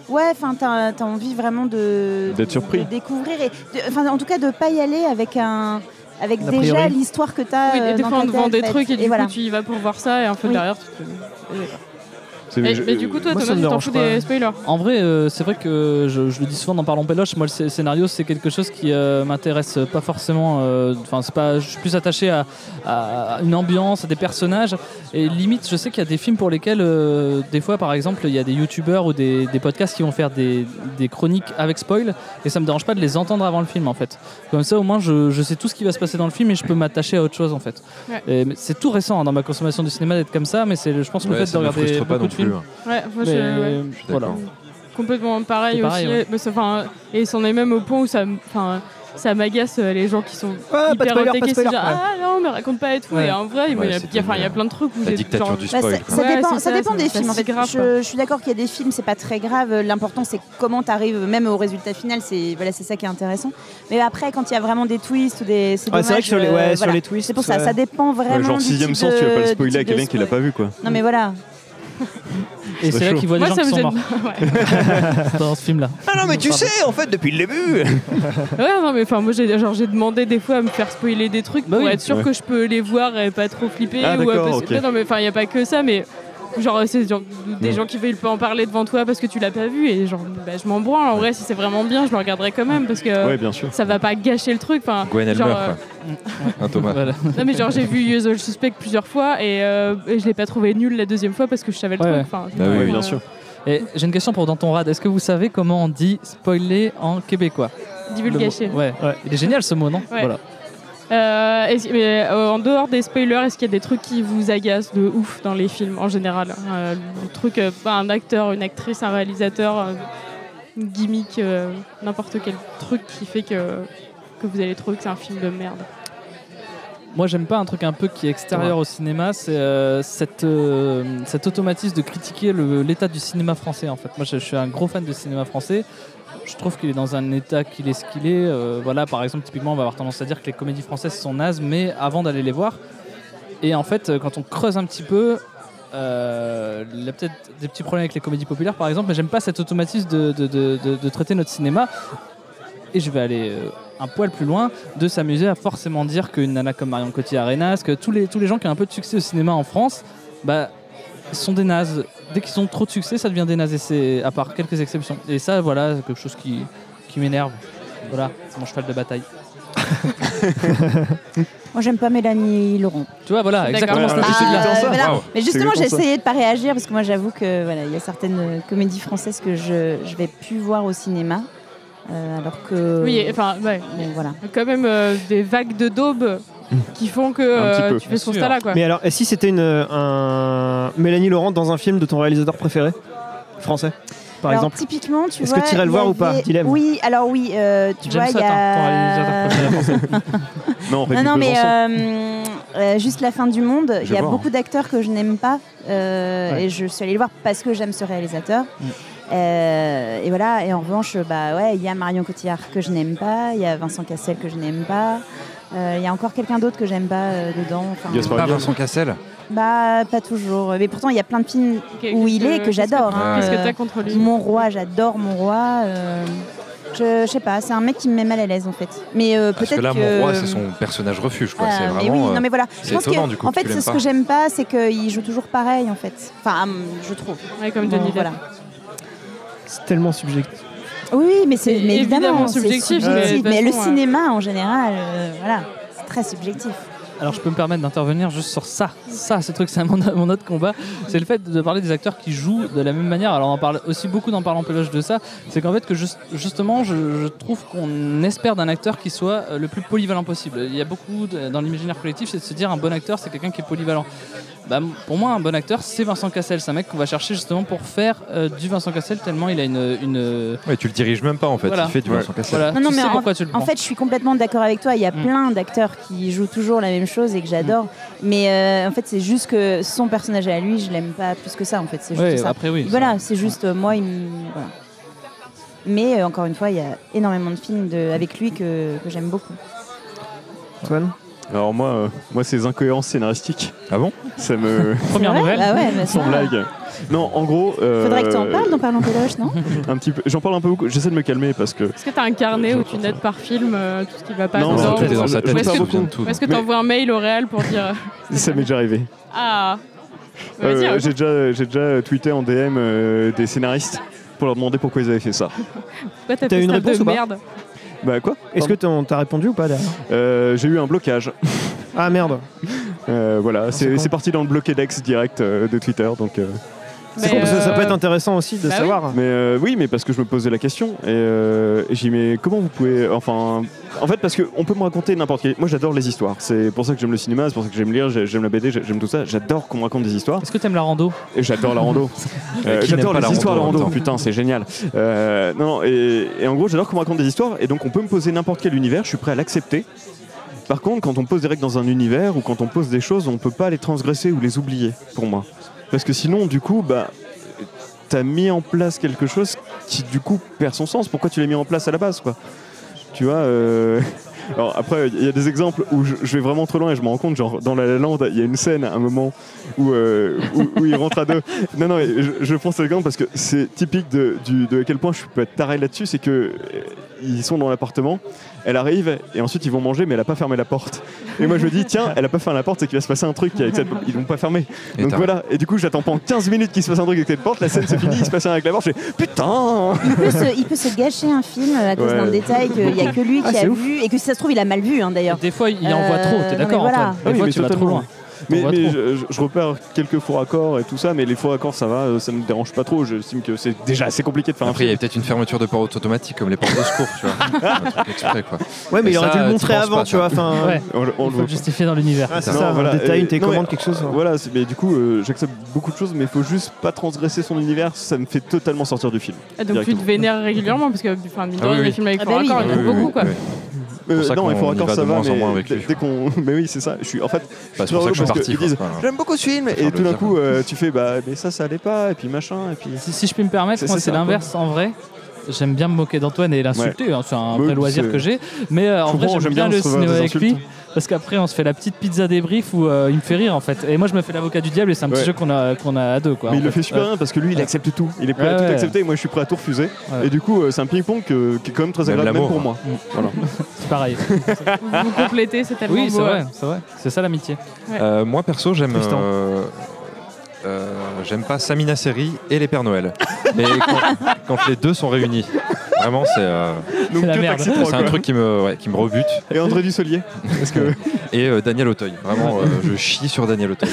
ouais, enfin, t'as as envie vraiment de D'être de- surpris. de découvrir et, de- enfin, en tout cas, de pas y aller avec un, avec D'a déjà priori. l'histoire que t'as. Oui, euh, des dans fois, on ta te vend tête, des en fait. trucs et du coup, voilà. tu y vas pour voir ça et un peu Oui. derrière, tu te... C'est- Mais, je- mais du coup, toi, moi, ça Thomas, me tu t'en dérange fous pas. des spoilers. En vrai, euh, c'est vrai que je, je le dis souvent dans Parlons Péloche, moi le sc- scénario c'est quelque chose qui euh, m'intéresse pas forcément. euh, Enfin, c'est pas, je suis plus attaché à, à une ambiance, à des personnages. Et limite, je sais qu'il y a des films pour lesquels, euh, des fois par exemple, il y a des youtubeurs ou des, des podcasts qui vont faire des, des chroniques avec spoil et ça me dérange pas de les entendre avant le film en fait. Comme ça, au moins, je, je sais tout ce qui va se passer dans le film et je peux m'attacher à autre chose en fait. Ouais. Et, mais C'est tout récent hein, dans ma consommation du cinéma d'être comme ça, mais c'est, le- je pense, le Ouais, fait ça de me regarder frustre beaucoup pas non de films. plus. hein. Ouais, moi, Mais, je, ouais. Je suis voilà. d'accord. complètement pareil, C'est pareil, aussi. ouais. Mais c'est- enfin, et c'en est même au point où ça, m- enfin, ça m'agace euh, les gens qui sont Ah, pas de hyper spoiler, pas de attaqués. C'est spoiler. genre, ouais. ah non, ne raconte pas et tout. Ouais. Et en vrai, il Ouais, y a- c'est il y a- enfin, il y a devenu plein de trucs où La j'ai dictature genre- du Bah, spoil. ça- quoi. ça, Ouais, dépend, c'est ça ça, dépend ça- des ça, films. En c'est fait, grave, je, je suis d'accord qu'il y a des films, c'est pas très grave. L'important, c'est comment tu arrives même au résultat final. C'est voilà, c'est ça qui est intéressant. Mais après, quand il y a vraiment des twists ou des, Ah, c'est c'est vrai dommage, que sur les, euh, ouais, voilà. sur les twists. euh, C'est pour ça, ouais. ça dépend vraiment. Ouais, genre du sixième type sens, tu vas de- pas le Euh, du spoiler à type de quelqu'un qui l'a spoil. pas vu quoi. Non, mais voilà. Et C'est c'est là chaud. qu'ils voient des Moi, gens ça qui me sont morts gêne. Ouais. dans ce film-là. Ah non, mais tu sais, en fait, depuis le début. Ouais, non, mais enfin, moi, j'ai genre, j'ai demandé des fois à me faire spoiler des trucs Bah pour oui. être sûr Ouais. que je peux les voir et pas trop flipper. Ah, ou, euh, d'accord, parce- ok. mais non, mais enfin, il n'y a pas que ça, mais genre, c'est genre des gens qui veulent pas en parler devant toi parce que tu l'as pas vu. Et genre, bah, je m'en branle. En vrai, si c'est vraiment bien, je le regarderai quand même parce que Ouais, bien sûr. ça va pas gâcher le truc. Enfin, Gwen, elle genre, meurt, euh, quoi. Hein, Thomas. Voilà. Non mais genre j'ai vu Usual Suspect plusieurs fois et, euh, et je l'ai pas trouvé nul la deuxième fois parce que je savais le Ouais, truc. Enfin, Bah oui, euh, bien sûr. Et j'ai une question pour dans ton rad. Est-ce que vous savez comment on dit spoiler en québécois Le Divulgaché. mot- Ouais. Ouais. Il est génial ce mot, non Ouais. Voilà. Euh, est-ce- mais, euh, en dehors des spoilers, est-ce qu'il y a des trucs qui vous agacent de ouf dans les films en général Euh, Le truc, euh, bah, un acteur, une actrice, un réalisateur, euh, une gimmick, euh, n'importe quel truc qui fait que, que vous allez trouver que c'est un film de merde. Moi, j'aime pas un truc un peu qui est extérieur au cinéma, c'est euh, cette, euh, cet automatisme de critiquer le- l'état du cinéma français. En fait, moi, je, je suis un gros fan du cinéma français. Je trouve qu'il est dans un état qu'il est ce qu'il est. Euh, voilà, par exemple, typiquement, on va avoir tendance à dire que les comédies françaises sont nazes, mais avant d'aller les voir. Et en fait, euh, quand on creuse un petit peu, euh, il y a peut-être des petits problèmes avec les comédies populaires, par exemple, mais j'aime pas cet automatisme de, de- de- de- de traiter notre cinéma. Et je vais aller euh, un poil plus loin de s'amuser à forcément dire qu'une nana comme Marion Cotillard est naze, que tous les, tous les gens qui ont un peu de succès au cinéma en France, bah, sont des nazes. Dès qu'ils ont trop de succès, ça devient des nazes, et c'est à part quelques exceptions. Et ça, voilà, c'est quelque chose qui, qui m'énerve. Voilà, c'est mon cheval de bataille. Moi, j'aime pas Mélanie Laurent. Bah, Tu vois, voilà, D'accord. exactement Voilà. cette Ah, idée-là. exactement ça. voilà. Waouh. Mais justement, j'ai exactement ça. essayé de pas réagir parce que moi, j'avoue que voilà, il y a certaines euh, comédies françaises que je je vais plus voir au cinéma, euh, alors que. Oui, enfin, ouais. Bon, voilà. Quand même euh, des vagues de daube qui font que Un petit euh, peu. tu fais son Bien sûr. là quoi. Mais alors, et si c'était une un Mélanie Laurent dans un film de ton réalisateur préféré français, par alors, exemple typiquement, tu Est-ce vois. que t'irais le il y voir ou pas avait- Dilemme. Oui, alors oui, euh, tu J'aime vois, il ça, y hein, pour réalisateur a. préféré français. Non, en fait, Non, non, Besançon. mais euh, euh, juste la fin du monde, Je il y a vois, beaucoup d'acteurs que je n'aime pas euh, hein. Ouais. et je suis allée le voir parce que j'aime ce réalisateur. Mm. Euh, et voilà, et en revanche, bah ouais, il y a Marion Cotillard que je n'aime pas, il y a Vincent Cassel que je n'aime pas, euh, il y a encore quelqu'un d'autre que j'aime pas euh, dedans. enfin, Gaspard Pas Bien. Vincent Cassel bah, pas toujours. Mais pourtant, il y a plein de films Qu'est- où qu'est-ce il est que j'adore. hein. Qu'est-ce que Euh, t'as contre lui mon roi, j'adore mon roi. euh, je je sais pas, c'est un mec qui me met mal à l'aise en fait. Mais euh, Parce peut-être que là, que mon roi, c'est son personnage refuge, quoi. ah, C'est mais vraiment. oui, euh, non mais voilà. c'est Je pense étonnant, que, du coup, en que fait, tu l'aimes ce, ce pas. que j'aime pas, c'est qu'il joue toujours pareil, en fait. Enfin, hum, je trouve. Ouais, comme Bon, Johnny Depp. voilà. C'est tellement subjectif. Oui, oui, mais c'est C'est mais évidemment évidemment c'est subjectif, mais de subjectif. toute Mais, le façon, cinéma en général, euh, voilà, c'est très subjectif. Alors je peux me permettre d'intervenir juste sur ça. Ça, ce truc, c'est mon, mon autre combat. C'est le fait de parler des acteurs qui jouent de la même manière. Alors on en parle aussi beaucoup dans Parlant Péloche de ça. C'est qu'en fait que juste- justement, je, je trouve qu'on espère d'un acteur qui soit euh, le plus polyvalent possible. Il y a beaucoup de- dans l'imaginaire collectif, c'est de se dire un bon acteur, c'est quelqu'un qui est polyvalent. Bah, m- pour moi, un bon acteur, c'est Vincent Cassel. C'est un mec qu'on va chercher justement pour faire euh, du Vincent Cassel tellement il a une... une- Ouais, tu le diriges même pas, en fait. Voilà. Il fait du Ouais. Vincent Cassel. voilà, Non, non, tu mais sais pourquoi tu le En prends. fait, je suis complètement d'accord avec toi. Il y a Mm. plein d'acteurs qui jouent toujours la même chose et que Mm. j'adore. Mais euh, en fait, c'est juste que son personnage à lui, je l'aime pas plus que ça. En fait, c'est juste Ouais, ça. après oui. Voilà, c'est juste euh, moi, il me- voilà. Mais euh, encore une fois, il y a énormément de films de- avec lui que, que j'aime beaucoup. Antoine Alors moi, euh, moi ces incohérences scénaristiques, Ah bon ça me Première C'est vrai nouvelle. Ah Bah ouais, bah sans ça. blague. Non, en gros, euh, Faudrait que tu en parles dans Parlons Péloche, non un petit peu. J'en parle un peu beaucoup. J'essaie de me calmer parce que Est-ce que t'as un carnet où tu notes par film euh, tout ce qui va pas Non, Non, dedans non, tout est dans sa je- tête, je- il se je- souvient de tout. Ou est-ce que Mais- t'envoies un mail au réel pour dire ça m'est déjà arrivé. euh, Ah Vas-y, Euh, raconte. j'ai déjà, j'ai déjà tweeté en DM euh, des scénaristes pour leur demander pourquoi ils avaient fait ça. Pourquoi t'as T'as fait une ça réponse de ou pas merde Bah quoi Est-ce que t'en- t'as répondu ou pas derrière Euh, J'ai eu un blocage. Ah merde. Euh, voilà, c'est c'est con. c'est parti dans le bloquedex direct euh, de Twitter. Donc, euh. C'est Mais, con, ça, ça peut euh, être intéressant aussi de bah oui. savoir. Mais euh, oui, mais parce que je me posais la question et euh, et j'ai dit mais comment vous pouvez, enfin, en fait parce que on peut me raconter n'importe quelle. Moi j'adore les histoires. C'est pour ça que j'aime le cinéma, c'est pour ça que j'aime lire, j'ai- j'aime la BD, j'ai- j'aime tout ça. J'adore qu'on me raconte des histoires. Est-ce que t'aimes la rando Et j'adore la rando. Euh, Qui n'aime j'adore pas les la histoires de rando hein. en rando. même temps Putain, c'est génial. Euh, non, non, et, et en gros, j'adore qu'on me raconte des histoires. Et donc, on peut me poser n'importe quel univers. Je suis prêt à l'accepter. Par contre, quand on pose des règles dans un univers ou quand on pose des choses, on peut pas les transgresser ou les oublier, pour moi. Parce que sinon, du coup, bah, t'as mis en place quelque chose qui, du coup, perd son sens. Pourquoi tu l'as mis en place à la base, quoi Tu vois. euh, Alors après, il y a des exemples où je, je vais vraiment trop loin et je me rends compte, genre dans La La Land, il y a une scène à un moment où, euh, où, où ils rentrent à deux. Non, non, mais je, je pense à l'exemple parce que c'est typique de, du- de à quel point je peux être taré là-dessus, c'est que euh, ils sont dans l'appartement, elle arrive et ensuite ils vont manger, mais elle a pas fermé la porte. Et moi je me dis, tiens, elle a pas fermé la porte, c'est qu'il va se passer un truc avec cette- ils l'ont pas fermé. Et Donc t'as- voilà. Et du coup, j'attends pendant 15 minutes qu'il se passe un truc avec cette porte, la scène se finit, il se passe un avec la porte, je fais putain. Il peut, se, il peut se gâcher un film à cause Ouais. d'un détail qu'il n'y a que lui Ah, qui c'est a ouf. vu et que si ça se trouve, il a mal vu hein, d'ailleurs. Des fois, il en Euh, voit trop, non, t'es mais d'accord voilà. Antoine Des Ah oui, fois, mais tu vas trop totalement. loin. Mais, On voit mais trop. je, je- je repère quelques faux raccords et tout ça, mais les faux raccords, ça va, euh, ça me dérange pas trop. J'estime que c'est déjà assez compliqué de faire un Après, il prix. y avait peut-être une fermeture de porte automatique comme les portes de secours, tu vois. Un truc exprès, quoi. Ouais, mais Et il aurait ça, dû le t'y montrer penses avant, pas, tu ça. vois. Enfin, Ouais. On, le- on Il le faut voit. le justifier dans l'univers. Ah, c'est Non, ça, un voilà, détail, et- une télécommande, non, mais- quelque chose. ouais. Voilà, c'est- mais du coup, euh, j'accepte beaucoup de choses, mais il faut juste pas transgresser son univers, ça me fait totalement sortir du film. Ah, Donc tu te Directement. vénères régulièrement parce que enfin, mine de Ah oui, rien, les oui. films avec Ah Fort bah oui. Raccord, il y en a Oui, oui, beaucoup quoi. oui. Euh, pour ça non, qu'on il faut y raccord, va ça de va, moins en mais moins avec dès, lui. dès qu'on. Mais oui, c'est ça. Je suis en fait. Bah, c'est pour ça que je suis parce parti. ils quoi. disent, Voilà. J'aime beaucoup ce film, Faut faire et le tout d'un dire. Bah, coup, euh, tu fais bah mais ça, ça allait pas, et puis machin, et puis. Si, si je puis me permettre, C'est- moi c'est c'est ça, l'inverse en vrai. J'aime bien me moquer d'Antoine et l'insulter, hein, c'est un Bah Oui, vrai loisir c'est- que j'ai. Mais euh, en Je vrai, comprends, j'aime bien, on le se revoit cinéma des avec lui insultes. parce qu'après on se fait la petite pizza débrief où euh, il me fait rire en fait. Et moi je me fais l'avocat du diable et c'est un petit Ouais. jeu qu'on a, qu'on a à deux quoi. Mais en il le fait fait. super bien parce que lui, il accepte tout. Il est prêt Ouais, à tout ouais. accepter et moi, je suis prêt à tout refuser. Ouais. Et du coup, euh, c'est un ping-pong que- qui est quand même très Même agréable, même l'amour, hein. pour moi. Voilà. Ouais, c'est pareil. Vous vous complétez, c'est tellement oui, c'est beau. vrai, c'est vrai. C'est ça l'amitié. Euh, moi perso j'aime Tristan. euh, euh, j'aime pas Samina Seri et les Pères Noël mais quand, quand les deux sont réunis vraiment c'est euh, Donc, C'est la que merde. t'acceptes, c'est quoi. un truc qui me ouais, qui me rebute Et André Dussolier. Parce que et euh, Daniel Auteuil vraiment euh, je chie sur Daniel Auteuil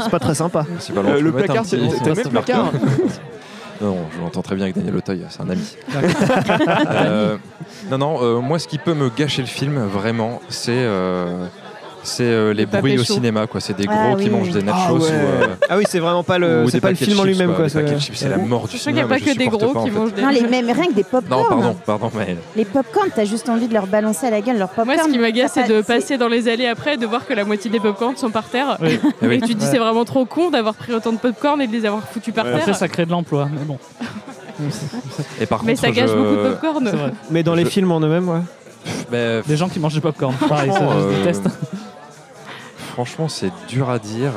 C'est pas très sympa. Principalement, Euh, je le peux mettre placard, un t'as- petit- t'as un mis petit le placard marqueur. non je m'entends très bien avec Daniel Auteuil c'est un ami Euh, non non euh, moi ce qui peut me gâcher le film vraiment c'est euh, c'est euh, les papier bruits au chaud. cinéma quoi c'est des gros Ah qui oui, mangent oui. des nachos Ah ou, ouais. euh, Ah oui, c'est vraiment pas Ou le, des c'est pas le paquets de film en chips, lui-même. quoi. Des paquets de c'est- chips, c'est la mort du Je sais qu'il n'y a cinéma. moi, pas je que des supporte gros pas, en qui fait. mangent des Non, les, mais, mais rien que des pop Non, pardon, pardon, mais Les pop t'as juste envie de leur balancer à la gueule leur pop Moi, ce qui m'agace, c'est de passer dans les allées après et de voir que la moitié des popcorns sont par terre. Oui. Eh oui. Et tu te dis, c'est vraiment trop con d'avoir pris autant de popcorn et de les avoir foutus par Ouais. Après terre. ça crée de l'emploi, mais bon. et par Mais contre, ça gâche je- beaucoup de popcorn. C'est vrai. Mais dans les Je- films en eux-mêmes, ouais. Ben, Des gens qui mangent du popcorn, pareil, Ah, ça franchement, je euh, déteste. franchement, c'est dur à dire.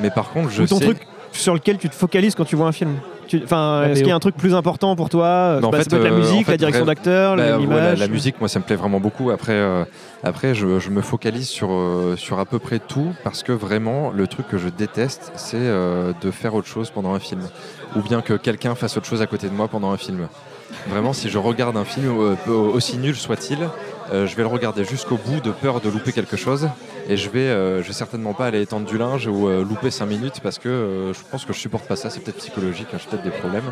Mais par contre, je Ou ton sais. truc sur lequel tu te focalises quand tu vois un film. Tu- Enfin, La est-ce BO. qu'il y a un truc plus important pour toi Non, en Bah, Ça fait, peut être la euh, musique, en fait, la direction bref, d'acteur, Bah, ouais, la, l'image. la musique, moi, ça me plaît vraiment beaucoup. Après, euh, après je, je me focalise sur, euh, sur à peu près tout parce que vraiment, le truc que je déteste, c'est euh, de faire autre chose pendant un film. Ou bien que quelqu'un fasse autre chose à côté de moi pendant un film. Vraiment, si je regarde un film, euh, peu- aussi nul soit-il, euh, je vais le regarder jusqu'au bout de peur de louper quelque chose. Et je vais, euh, je vais certainement pas aller étendre du linge ou euh, louper 5 minutes parce que euh, je pense que je supporte pas ça. C'est peut-être psychologique, hein, j'ai peut-être des problèmes.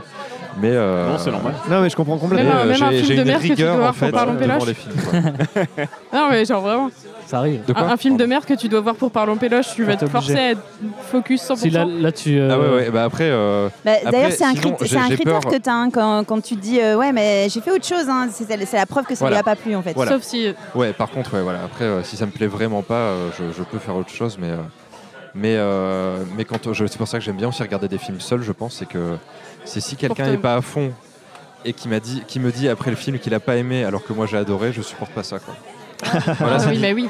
Mais, euh, Non, c'est normal. Non, mais je comprends mais, complètement. Même un- même un euh, j'ai- film j'ai de une merde que tu rigueur dois en voir fait pour Parlons devant Péloche. les films. quoi. Non, mais genre vraiment. Ça arrive. De quoi un, un film de merde que tu dois voir pour Parlons Péloche, tu vas t'es te forcer à être focus 100%. Si là, là tu. euh, Ah ouais, ouais, bah après, euh, Après, D'ailleurs, c'est un, sinon, crit- j'ai- c'est un j'ai critère peur. que t'as hein, quand, quand tu te dis euh, ouais, mais j'ai fait autre chose. hein. C'est c'est la preuve que ça Voilà. lui a pas plu en fait. Voilà. Sauf si. ouais, par contre, ouais, voilà. Après, euh, si ça me plaît vraiment pas, euh, je, je peux faire autre chose, mais. euh, mais, euh, mais quand je- c'est pour ça que j'aime bien aussi regarder des films seuls, je pense, c'est que c'est si quelqu'un Pour te- n'est pas à fond et qui m'a dit, qui me dit après le film qu'il a pas aimé alors que moi j'ai adoré, je supporte pas ça. Quoi. voilà, Ah c'est oui, dit. mais oui.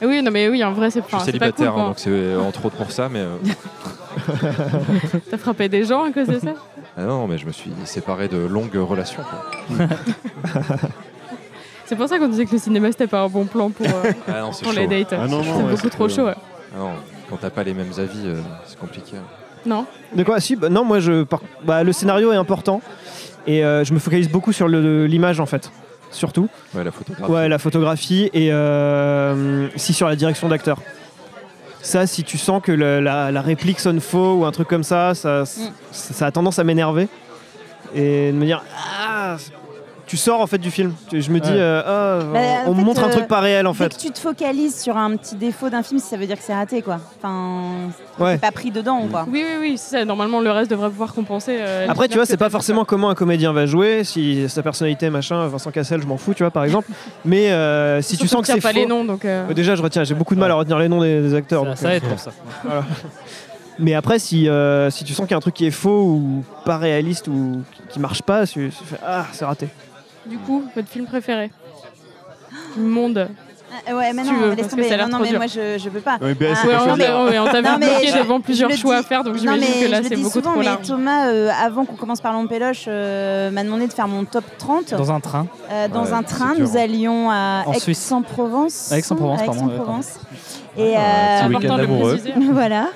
Ah Oui, non, mais oui, en vrai, c'est je enfin, suis c'est pas cool. célibataire, hein, quand donc c'est euh, entre autres pour ça, mais euh, T'as frappé des gens à cause de ça ah non, mais je me suis séparé de longues relations. quoi. C'est pour ça qu'on disait que le cinéma, c'était pas un bon plan pour, euh, Ah non, c'est pour chaud. les dates. Ah non, non, c'est ouais, beaucoup c'est trop que- chaud. ouais. Ah non, quand t'as pas les mêmes avis, euh, c'est compliqué. Non De quoi Si, bah, non, moi, je, par- bah, le scénario est important et euh, je me focalise beaucoup sur le- l'image en fait, surtout. Ouais, la photographie. Ouais, la photographie et euh, si sur la direction d'acteur. Ça, si tu sens que le- la, la réplique sonne faux ou un truc comme ça, Mm. ça, c- ça, a tendance à m'énerver et de me dire ah, tu sors en fait du film. Tu- Je me dis Ouais. euh, Ah, Bah, on en me fait, montre un euh, truc pas réel en Dès que fait. tu te focalises sur un petit défaut d'un film, ça veut dire que c'est raté, quoi. Enfin, Ouais. t'es pas pris dedans, quoi. Oui, oui, oui, c'est ça. Normalement, le reste devrait pouvoir compenser. euh, Après, tu l'image vois, que c'est pas t'as. forcément comment un comédien va jouer, si sa personnalité, machin, Vincent Cassel, je m'en fous, tu vois, par exemple. Mais euh, si tu Surtout sens que qu'il y a c'est pas faux. les noms, donc. euh, Euh, Déjà, je retiens, j'ai beaucoup de mal à retenir les noms des, des acteurs. Ça, donc, ça euh, aide pour ça. Mais après, si, euh, si tu sens qu'il y a un truc qui est faux ou pas réaliste ou qui- qui marche pas, tu, tu fais Ah, c'est raté. Du coup, votre film préféré Du Monde. Ah, Ouais, mais Si non, tu veux, laisse parce que ça tomber. a l'air Non, non, trop mais dur. moi, je, je peux pas. Non, mais BS, Ah, c'est Ouais, pas on non, choisi. mais- t'a- ouais, on t'a Non, vu mais bloquer je- devant plusieurs je le choix à dis- faire, donc non, j'imagine mais que là, je c'est le dis beaucoup souvent, trop mais large. Thomas, euh, avant qu'on commence par Péloche, m'a demandé de faire mon top 30. Dans un train. Euh, dans Ouais, un c'est train, dur, nous hein. allions à En Suisse. Aix-en-Provence. À Aix-en-Provence, À pardon, ouais, Aix-en-Provence. Et Ah, C'est euh, petit important de le week-end amoureux. préciser. voilà.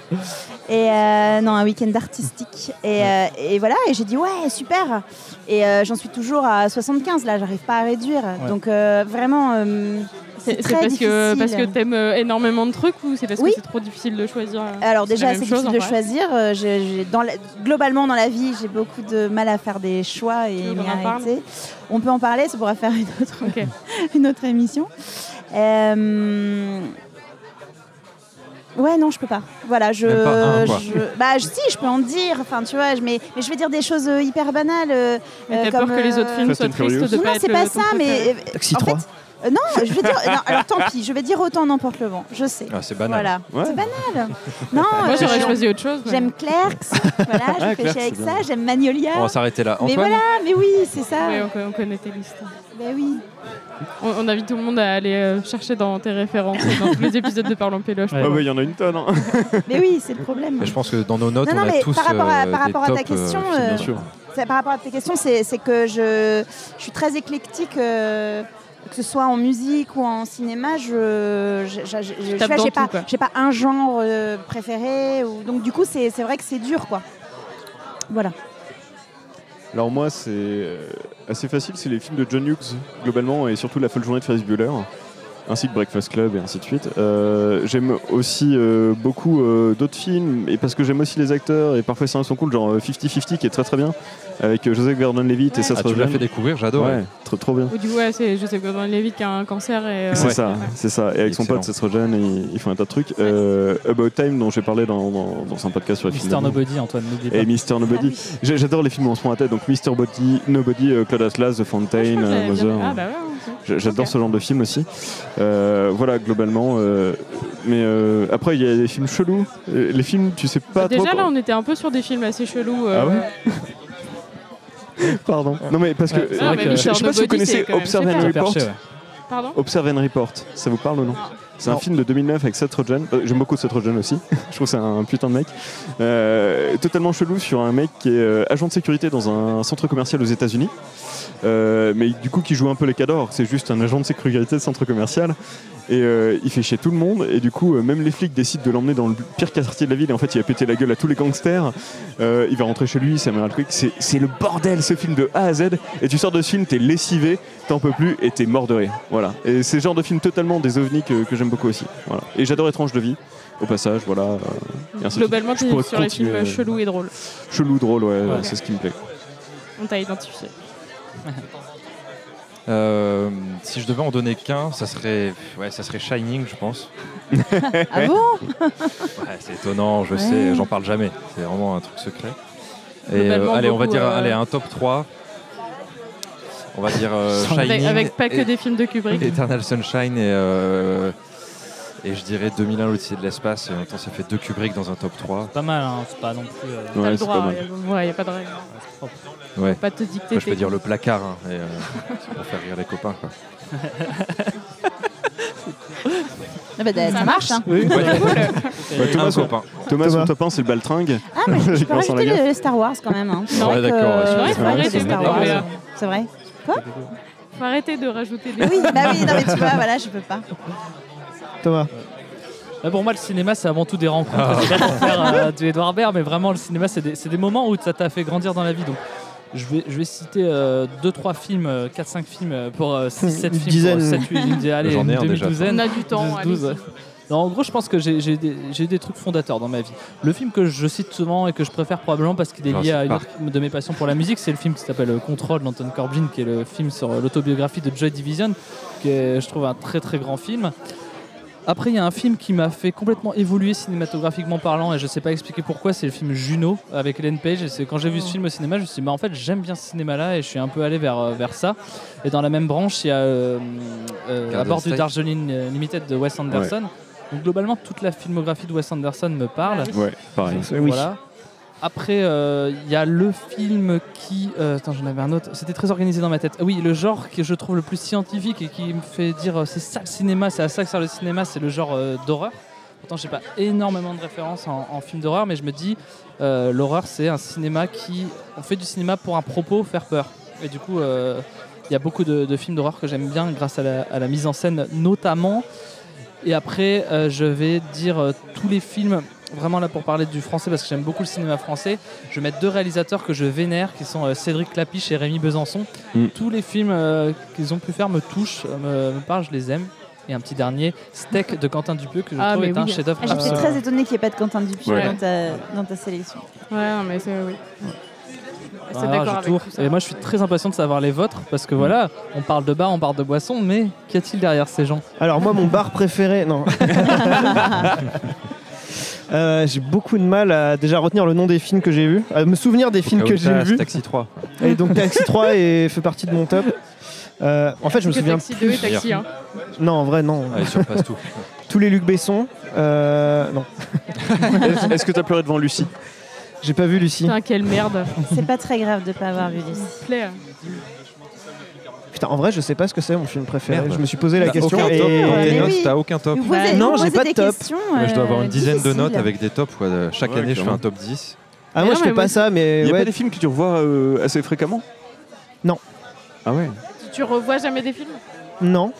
Et euh, non, un week-end artistique. Et, euh, et voilà, et j'ai dit ouais, super. Et euh, j'en suis toujours à 75 là, j'arrive pas à réduire. Ouais. Donc euh, vraiment, euh, c'est C'est c'est très parce que, difficile. parce que t'aimes euh, énormément de trucs ou c'est parce Oui. que c'est trop difficile de choisir euh, alors c'est la déjà, même c'est chose, difficile en de vrai. choisir. Euh, j'ai- j'ai- dans la- globalement, dans la vie, j'ai beaucoup de mal à faire des choix et veux qu'on m'y en parle arrêter. On peut en parler, ça pourra faire une autre, Ok. une autre émission. Euh, Ouais, non, je peux pas. Voilà, je. Même pas un, quoi. je- Bah, je- si, je peux en dire. Enfin, tu vois, je- mais, mais je vais dire des choses euh, hyper banales. euh, Mais euh, t'as peur comme, que les autres euh, films Fast soient and tristes Furious. de non, pas non, être c'est le- hein. pas ton ça, préféré. mais. euh, Taxi en 3. fait, euh, non, je vais dire. non, alors tant pis, je vais dire autant n'emporte le vent. Je sais. Ah, c'est banal. Voilà. Ouais. C'est banal. Non, Moi euh, j'aurais je- choisi autre chose. mais- J'aime Clerks. voilà, je Ouais, fais Clerks, chier avec c'est ça. bien. J'aime Magnolia. On va s'arrêter là. mais Antoine voilà, mais oui, c'est ça. Ouais, on, co- on connaît tes listes. Bah oui. On, on invite tout le monde à aller euh, chercher dans tes références, et dans tous les épisodes de Parlons Péloche. Ouais. Ah ouais, il y en a une tonne. hein. Mais oui, c'est le problème. Mais je pense que dans nos notes, Non, non, on a mais tous par rapport à- par euh, des rapport à ta tops, euh, question, films. euh, Bien sûr. Ça, par rapport à tes questions, c'est c'est que je, je suis très éclectique, euh, que ce soit en musique ou en cinéma. Je je- je- je- je- tapes je- dans j'ai tout, pas, quoi. j'ai pas un genre euh, préféré. Ou, donc du coup, c'est c'est vrai que c'est dur, quoi. Voilà. Alors moi, c'est euh, assez facile, c'est les films de John Hughes, globalement, et surtout La folle journée de Ferris Bueller, ainsi que Breakfast Club, et ainsi de suite. Euh, j'aime aussi euh, beaucoup euh, d'autres films, et parce que j'aime aussi les acteurs, et parfois certains sont cool, genre euh, 50-50, qui est très très bien, avec euh, Joseph Gordon-Levitt, et Ouais. ça Ah, tu me l'as fait découvrir, j'adore. Ouais, trop, trop bien. Ou du coup, ouais, c'est Joseph Gordon-Levitt qui a un cancer et. euh, C'est ouais. ça, c'est ça. Et avec son Excellent. pote Seth Rogen, ils, ils font un tas de trucs. Euh, About Time, dont j'ai parlé dans, dans- dans un podcast sur les films Mister d'amour. Nobody, Antoine, n'oublie pas. Et Mister Nobody. Ah J'ai- J'adore les films où on se prend la tête, donc Mister Body, Nobody, euh, Claude Atlas, Ah, The je Fontaine, crois que euh, j'avais bien- Mother. Ah, bah ouais, on sait. J- J'adore Ok. ce genre de film aussi. Euh, voilà, globalement. euh, mais euh, après, il y a des films chelous. Euh, Les films, tu sais pas Bah, Déjà trop. là, on était un peu sur des films assez chelous. euh, Ah ouais Pardon. Non, mais parce que. Ouais, c'est vrai euh, que- je- je sais pas si Ah, vous Nobody, c'est connaissez quand même Observe and super. Report. Perché, ouais. Pardon Observe and Report, ça vous parle ou non C'est un Non. film de 2009 avec Seth Rogen. Euh, J'aime beaucoup Seth Rogen aussi. Je trouve que c'est un putain de mec. Euh, totalement chelou sur un mec qui est euh, agent de sécurité dans un centre commercial aux États-Unis. Euh, mais du coup, qui joue un peu les cadors. C'est juste un agent de sécurité de centre commercial. Et euh, il fait chier tout le monde. Et du coup, euh, même les flics décident de l'emmener dans le pire quartier de la ville. Et en fait, il a pété la gueule à tous les gangsters. Euh, il va rentrer chez lui, ça met un truc. C'est c'est le bordel, ce film de A à Z. Et tu sors de ce film, t'es lessivé, t'en peux plus et t'es mort de rire. Voilà. Et c'est le genre de film totalement des ovnis que, que j'aime beaucoup aussi. Voilà. Et j'adore Étrange de vie. Au passage, voilà. euh, et ainsi de Globalement, tu suite. Je es pourrais sur les films continuer, euh, chelous et drôles. Chelou, drôle, ouais, ouais, Ok. c'est ce qui me plaît. On t'a identifié. Euh, si je devais en donner qu'un, ça serait, ouais, ça serait Shining, je pense. Ah bon Ouais, c'est étonnant, je sais, j'en parle jamais. C'est vraiment un truc secret. Et Globalement, euh, allez, on va beaucoup, dire, euh, allez, un top 3 On va dire euh, Avec, Shining, avec pas que et- des films de Kubrick. Eternal Sunshine et euh, et je dirais 2001 l'Odyssée de l'espace. Et en même temps, ça fait deux Kubrick dans un top 3 Pas mal, hein, c'est pas non plus. euh, T'as le Ouais, c'est pas droit, mal. il n'y a pas de règle. Ouais. Faut Pas te dicter. Moi, je tes- peux dire le placard, hein, et, euh, c'est pour faire rire les copains. quoi. Ah bah, ça, Ça marche. hein. Oui, Ouais, Bah, Thomas, un son- copain. Thomas, Thomas. son top 1, c'est le baltringue. Ah, mais je, je peux Vincent rajouter Lagaffe. le, le Star Wars quand même. hein. C'est Ouais, vrai que, d'accord, ouais, euh, c'est c'est vrai, vrai c'est que Star vrai. Ah, Wars, Mais, euh, C'est vrai. Faut arrêter de rajouter des. Oui, bah oui, non mais tu vois, voilà, je peux pas. Thomas. Bah, pour moi, le cinéma, c'est avant tout des Ah. rencontres. C'est pas pour faire euh, du Edouard Baird, mais vraiment, le cinéma, c'est des, c'est des moments où ça t'a fait grandir dans la vie. Donc, je vais, je vais citer 2-3 films, 4-5 films euh, pour Une 7 films, dizaine. 7, 8, une, allez, J'en ai une un déjà. On demi-douzaine. a du temps. 12, allez-y. 12. Non, en gros, je pense que j'ai- j'ai des, j'ai des trucs fondateurs dans ma vie. Le film que je cite souvent et que je préfère probablement parce qu'il est lié Jurassic à une Park. autre de mes passions pour la musique, c'est le film qui s'appelle euh, Control d'Anton Corbijn, qui est le film sur euh, l'autobiographie de Joy Division, qui est, je trouve, un très très grand film. Après, il y a un film qui m'a fait complètement évoluer cinématographiquement parlant, et je sais pas expliquer pourquoi, c'est le film Juno avec Ellen Page. Et c'est quand j'ai vu ce film au cinéma, je me suis dit, bah, en fait, j'aime bien ce cinéma-là, et je suis un peu allé vers, euh, vers ça. Et dans la même branche, il y a euh, euh, Garden à bord du State. Darjeeling euh, Limited de Wes Anderson. Donc globalement, toute la filmographie de Wes Anderson me parle. Ouais, pareil. C'est- Euh, oui. Voilà. Après, euh, il y a le film qui. euh, attends, j'en avais un autre. C'était très organisé dans ma tête. Ah Oui, le genre que je trouve le plus scientifique et qui me fait dire euh, c'est ça le cinéma, c'est à ça que sert le cinéma, c'est le genre euh, d'horreur. Pourtant, j'ai pas énormément de références en, en films d'horreur, mais je me dis euh, l'horreur, c'est un cinéma qui. On fait du cinéma pour un propos, faire peur. Et du coup, euh, il y a beaucoup de, de films d'horreur que j'aime bien grâce à la, à la mise en scène, notamment. Et après, euh, je vais dire euh, tous les films vraiment là pour parler du français parce que j'aime beaucoup le cinéma français. Je vais mettre deux réalisateurs que je vénère qui sont euh, Cédric Clapiche et Rémi Besançon. Mm. Tous les films euh, qu'ils ont pu faire me touchent, euh, me, me parlent, je les aime. Et un petit dernier, Steak de Quentin Dupieux que je Ah, trouve mais est un oui. chef-d'œuvre. Ah, J'étais absolu. très étonnée qu'il n'y ait pas de Quentin Dupieux Ouais. dans, ta, dans ta sélection. Ouais, non, mais c'est oui. Ah, C'est Voilà, d'accord je avec tourne. tout ça. Et moi, je suis très impatient de savoir les vôtres parce que voilà, on parle de bar, on parle de boisson, mais qu'y a-t-il derrière ces gens Alors moi, mon bar préféré, non. Euh, j'ai beaucoup de mal à déjà retenir le nom des films que j'ai vus, à me souvenir des films Au cas que où j'ai t'as vus. Taxi 3. Et donc Taxi 3 est- fait partie de mon top. Euh, en fait, je me Que souviens. Taxi 2 et Taxi 1. Non, en vrai, non. Ah, il surpasse tout. Tous les Luc Besson. euh, non, Est-ce est-ce que t'as pleuré devant Lucie j'ai pas vu Lucie. Putain, quelle merde. C'est pas très grave de pas avoir vu S'il Lucie. vous plaît. Putain, en vrai, je sais pas ce que c'est mon film préféré. Merde. Je me suis posé la T'as question aucun et top dans Mais tes notes, oui. t'as aucun top. Vous posez- non, vous j'ai posez pas de des top. questions, Mais je dois avoir euh, une dizaine de difficiles. notes avec des tops. quoi. Chaque Ouais, année, je fais clairement. un top 10. ah moi Non, je fais mais pas moi- ça, Il mais a ouais. pas des films que tu revois euh, assez fréquemment Non. Ah ouais Tu- Tu revois jamais des films Non,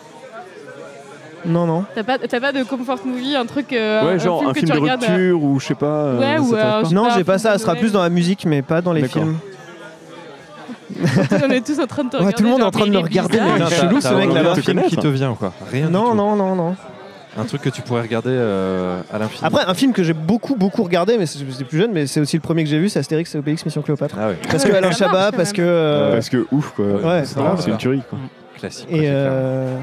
non, non. T'as pas, t'as pas de comfort movie, un truc. euh, Ouais, genre un que film tu de regardes, euh, rupture ou je sais pas. euh, Ouais, ça ou, t'arrive euh, pas Je sais Non, pas, j'ai pas film ça. de Ce sera Noël. plus dans la musique, mais pas dans les D'accord. films. euh, on est tous en train de te Ouais, regarder. tout le monde est en genre, train de mais me il est regarder, bizarre. mais T'as- chelou, t'as ce mec-là. aucun Te film connaître. qui te vient, quoi. Rien. du Non, tout. non, non, non. Un truc que tu pourrais regarder euh, à l'infini. Après, un film que j'ai beaucoup, beaucoup regardé, mais c'est- j'étais plus jeune, mais c'est aussi le premier que j'ai vu, c'est Astérix et Obélix Mission Cléopâtre. Ah ouais, Parce que Ouais, Alain ça marche, Chabat, quand parce même. que. euh, parce que ouf quoi. Ouais, c'est c'est vrai, c'est une tuerie quoi. classique. quoi, c'est et. clair. euh,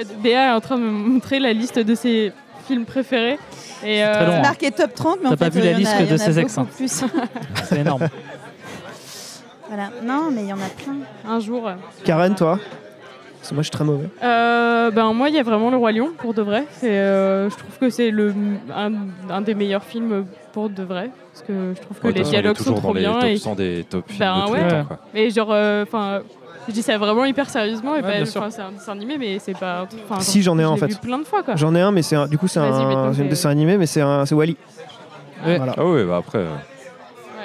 Et Béa est en train de me montrer la liste de ses films préférés. Et euh, très long, C'est hein. marqué top 30, mais T'as en pas fait, vu la il y en liste a- il y de en a ses ex, beaucoup hein. plus. C'est énorme. Voilà. Non, mais il y en a plein. hein. un jour. euh, Karen, toi Parce que moi, je suis très mauvais. Euh, ben moi, il y a vraiment le roi lion pour de vrai. C'est, euh, je trouve que c'est le un, un des meilleurs films pour de vrai parce que je trouve que Ouais, de les toute façon, il est dialogues sont toujours dans trop les bien top et, 100 des top films Ben de tous les ouais. temps, quoi. et genre, euh, enfin, je dis ça vraiment hyper sérieusement et Ouais, pas- bien sûr. enfin, c'est un dessin animé mais c'est pas. enfin, genre, Si, j'en ai un, en je l'ai fait. vu plein de fois quoi. J'en ai un, mais c'est un- du coup, c'est Vas-y, mais un, donc, c'est un euh, dessin animé, mais c'est un- c'est Wally. Ouais. Voilà. Ah ouais, bah après, euh,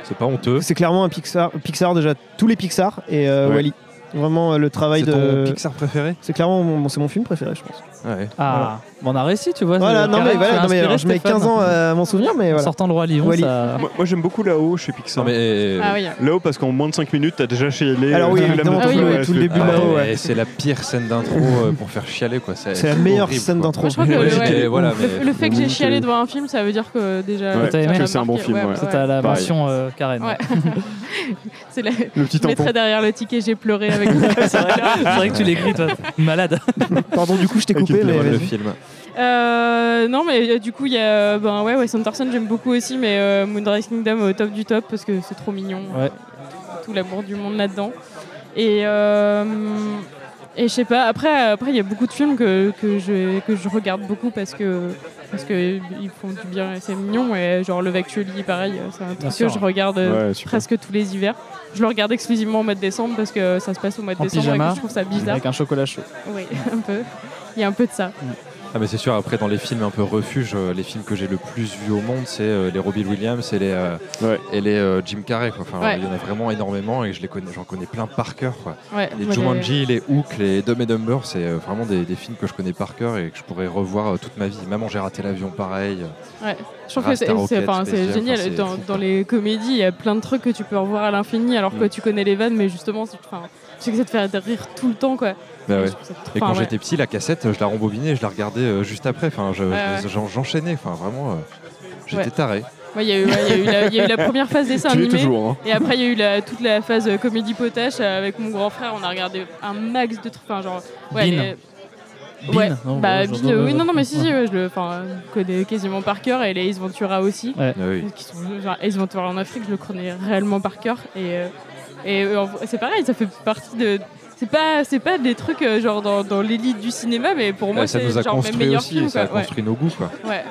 c'est pas honteux. C'est clairement un Pixar, Pixar déjà, tous les Pixar et euh, Oh. Ouais. Wally. Vraiment euh, le travail C'est ton de. Pixar préféré C'est clairement mon, mon- c'est mon film préféré, je pense. Ouais. Ah, bon, on a réussi, tu vois. Voilà, c'est- non mais Karen, tu voilà, as non, mais, inspiré alors, je mets Stéphane. 15 ans euh, à mon souvenir, mais En voilà. sortant le roi lion, Wally. ça. Moi, moi, j'aime beaucoup là-haut chez Pixar. Non mais euh, Ah oui. Là-haut parce qu'en moins de 5 minutes t'as déjà chialé. Alors oui, euh, évidemment, tout moto, le- ouais, tout le c'est- début, ah, là-haut, mais ouais. c'est la pire scène d'intro euh, pour faire chialer quoi. C'est la meilleure horrible, scène quoi. d'intro. Moi, je crois que Ouais, le, j'étais- ouais, voilà, le- mais- le fait que j'ai Oui, chialé c'est- devant un film, ça veut dire que déjà. Ouais, ça que m'a c'est un bon marqué. film, ouais. Ça, t'as la Pareil. mention euh, Karen. Ouais. C'est la... Le petit Je tampon. mettrai derrière le ticket, j'ai pleuré avec le C'est vrai, que- c'est vrai que tu l'écris, toi. Malade. Pardon, du coup, je t'ai Avec coupé, une mais. période Le vas-y. film. Euh, non, mais euh, du coup, il y a euh, ben, ouais, Wes Anderson, j'aime beaucoup aussi, mais euh, Moonrise Kingdom au top du top parce que c'est trop mignon. Euh, Ouais. Tout l'amour du monde là-dedans. Et, euh, et je sais pas, après, après il y a beaucoup de films que, que, je, que je regarde beaucoup parce que parce que ils font du bien et c'est mignon. Et genre, Love Actually, pareil, euh, c'est un truc sûr. que je regarde euh, Ouais, super. presque tous les hivers. Je le regarde exclusivement au mois de décembre parce que ça se passe au mois de En décembre et pyjama. que je trouve ça bizarre. Avec un chocolat chaud. Oui, un peu. Il y a un peu de ça. Ah mais c'est sûr, après dans les films un peu refuge, euh, les films que j'ai le plus vus au monde, c'est euh, les Robbie Williams et les, euh, Ouais. et les euh, Jim Carrey. quoi. Enfin, Ouais. Il y en a vraiment énormément et je les connais- j'en connais, plein par cœur. Quoi. Ouais, Les moi, j'ai- Jumanji, les Hook, les Dumb et Dumber, c'est euh, vraiment des, des films que je connais par cœur et que je pourrais revoir euh, toute ma vie. Maman, j'ai raté l'avion, pareil. euh. Ouais. Je trouve que Rasta c'est- c'est Rocket, enfin, Space c'est Jam, génial. enfin, c'est dans, fou, dans quoi. les comédies, il y a plein de trucs que tu peux revoir à l'infini alors que Mm. tu connais les vannes, mais justement, c'est- enfin, tu sais que ça te fait rire tout le temps. quoi. Bah ouais. Je trouve ça trop- Et quand enfin, ouais. j'étais petit, la cassette, je la rembobinais, je la regardais euh, juste après. Enfin, je- Ouais, je- j'en- j'enchaînais. Enfin, vraiment, euh, j'étais Ouais. taré. Ouais, Il y, a eu- ouais, il y a eu la- il y a eu la première phase dessin Tu es animé. toujours, hein. Et après, il y a eu la- toute la phase euh, comédie potache euh, avec mon grand frère. On a regardé un max de trucs. Enfin, genre. Ouais, Bean. les- Bean, ouais. non, bah, je- Bean, je- euh, oui, non, non, mais si, Ouais. si, ouais, je le enfin, euh, connais quasiment par cœur. Et les Ace Ventura aussi. Ah oui. qui sont genre Ace Ventura en Afrique, je le connais réellement par cœur. Et, euh, et euh, en- c'est pareil, ça fait partie de. C'est pas, c'est pas des trucs euh, genre dans, dans l'élite du cinéma, mais pour moi, Ah, ça c'est nous a genre mes construit meilleurs aussi, films. ça a quoi. Ouais, construit nos goûts. Quoi. ouais.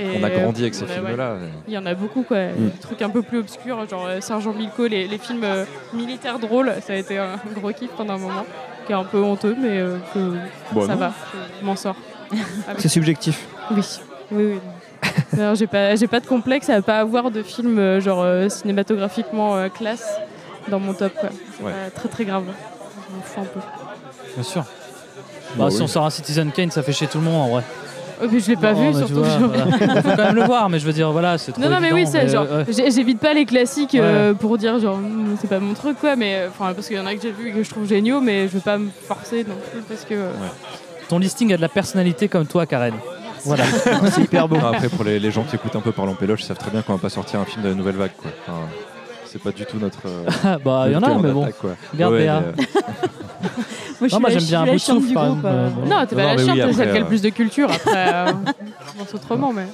Et, On a grandi avec euh, ces ouais, films-là. Mm. Il y en a beaucoup, quoi. Des trucs un peu plus obscurs, genre euh, Sergent Milko, les, les films euh, militaires drôles, ça a été un gros kiff pendant un moment, qui est un peu honteux, mais euh, que Bon, ça non. va, je m'en sors. C'est subjectif. Oui, oui, oui. Non, j'ai pas, j'ai pas de complexe à pas avoir de film euh, genre euh, cinématographiquement euh, classe dans mon top. quoi. C'est Ouais. pas très très grave. Je m'en fous un peu. Bien sûr. Bah, Bah si oui. on sort un Citizen Kane, ça fait chier tout le monde en vrai. Oh, puis je l'ai pas Non, vu mais tu surtout. vois, voilà. Faut quand même le voir, mais je veux dire, voilà, c'est trop. Non, non, mais oui, évident, c'est genre, euh, ouais. j'ai- j'évite pas les classiques euh, pour dire genre Mm, c'est pas mon truc quoi, mais euh, enfin parce qu'il y en a que j'ai vu et que je trouve géniaux, mais je veux pas me forcer non plus parce que. euh, Ton listing a de la personnalité comme toi, Karen. Voilà. C'est hyper beau. Après, pour les, les gens qui écoutent un peu Parlons Péloche, ils savent très bien qu'on va pas sortir un film de la nouvelle vague. Quoi. Enfin, c'est pas du tout notre. euh, Ah, bah, il y en a, notre mais bon. attaque, quoi. Regarde, Ouais, Béa. mais, euh, Moi, je Non, suis la- moi, j'aime je suis bien un la bout de chiante souffle, du par groupe. exemple. euh, Euh, Non, t'es Non, pas mais la oui, chiante, c'est celle après, qui a euh, le plus de culture. Après, euh, on pense autrement, mais.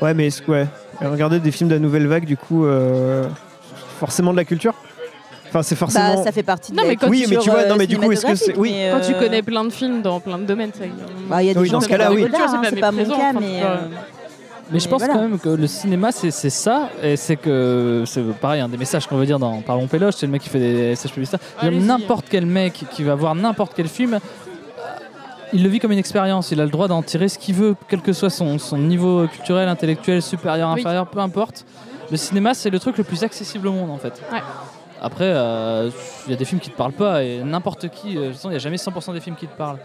Ouais, mais c- ouais. Et Regarder des films de la nouvelle vague, du coup, euh, forcément de la culture. Enfin, c'est forcément. Bah, ça fait partie de Non, la mais quand Oui, mais tu culture, vois, non, euh, mais du coup, est-ce que c'est- cinématographique, oui. mais, Quand tu euh, connais plein de films dans plein de domaines, ça. y est, on- bah, il y a des Oui, gens dans ce qui ont cas-là, la oui. culture, hein, C'est pas c'est pas mon méprisant, cas, enfin, mais tu vois. euh, Mais je pense voilà. quand même que le cinéma, c'est c'est ça, et c'est que c'est pareil, un des messages qu'on veut dire dans Parlons Péloche, c'est le mec qui fait des messages publicitaires. Je veux dire, Allez-y. N'importe quel mec qui va voir n'importe quel film, euh, il le vit comme une expérience, il a le droit d'en tirer ce qu'il veut, quel que soit son, son niveau culturel, intellectuel, supérieur, Oui. inférieur, peu importe. Le cinéma, c'est le truc le plus accessible au monde en fait. Ouais. Après, euh, il y a des films qui te parlent pas, et n'importe qui, euh, de toute façon, il n'y a jamais 100% des films qui te parlent.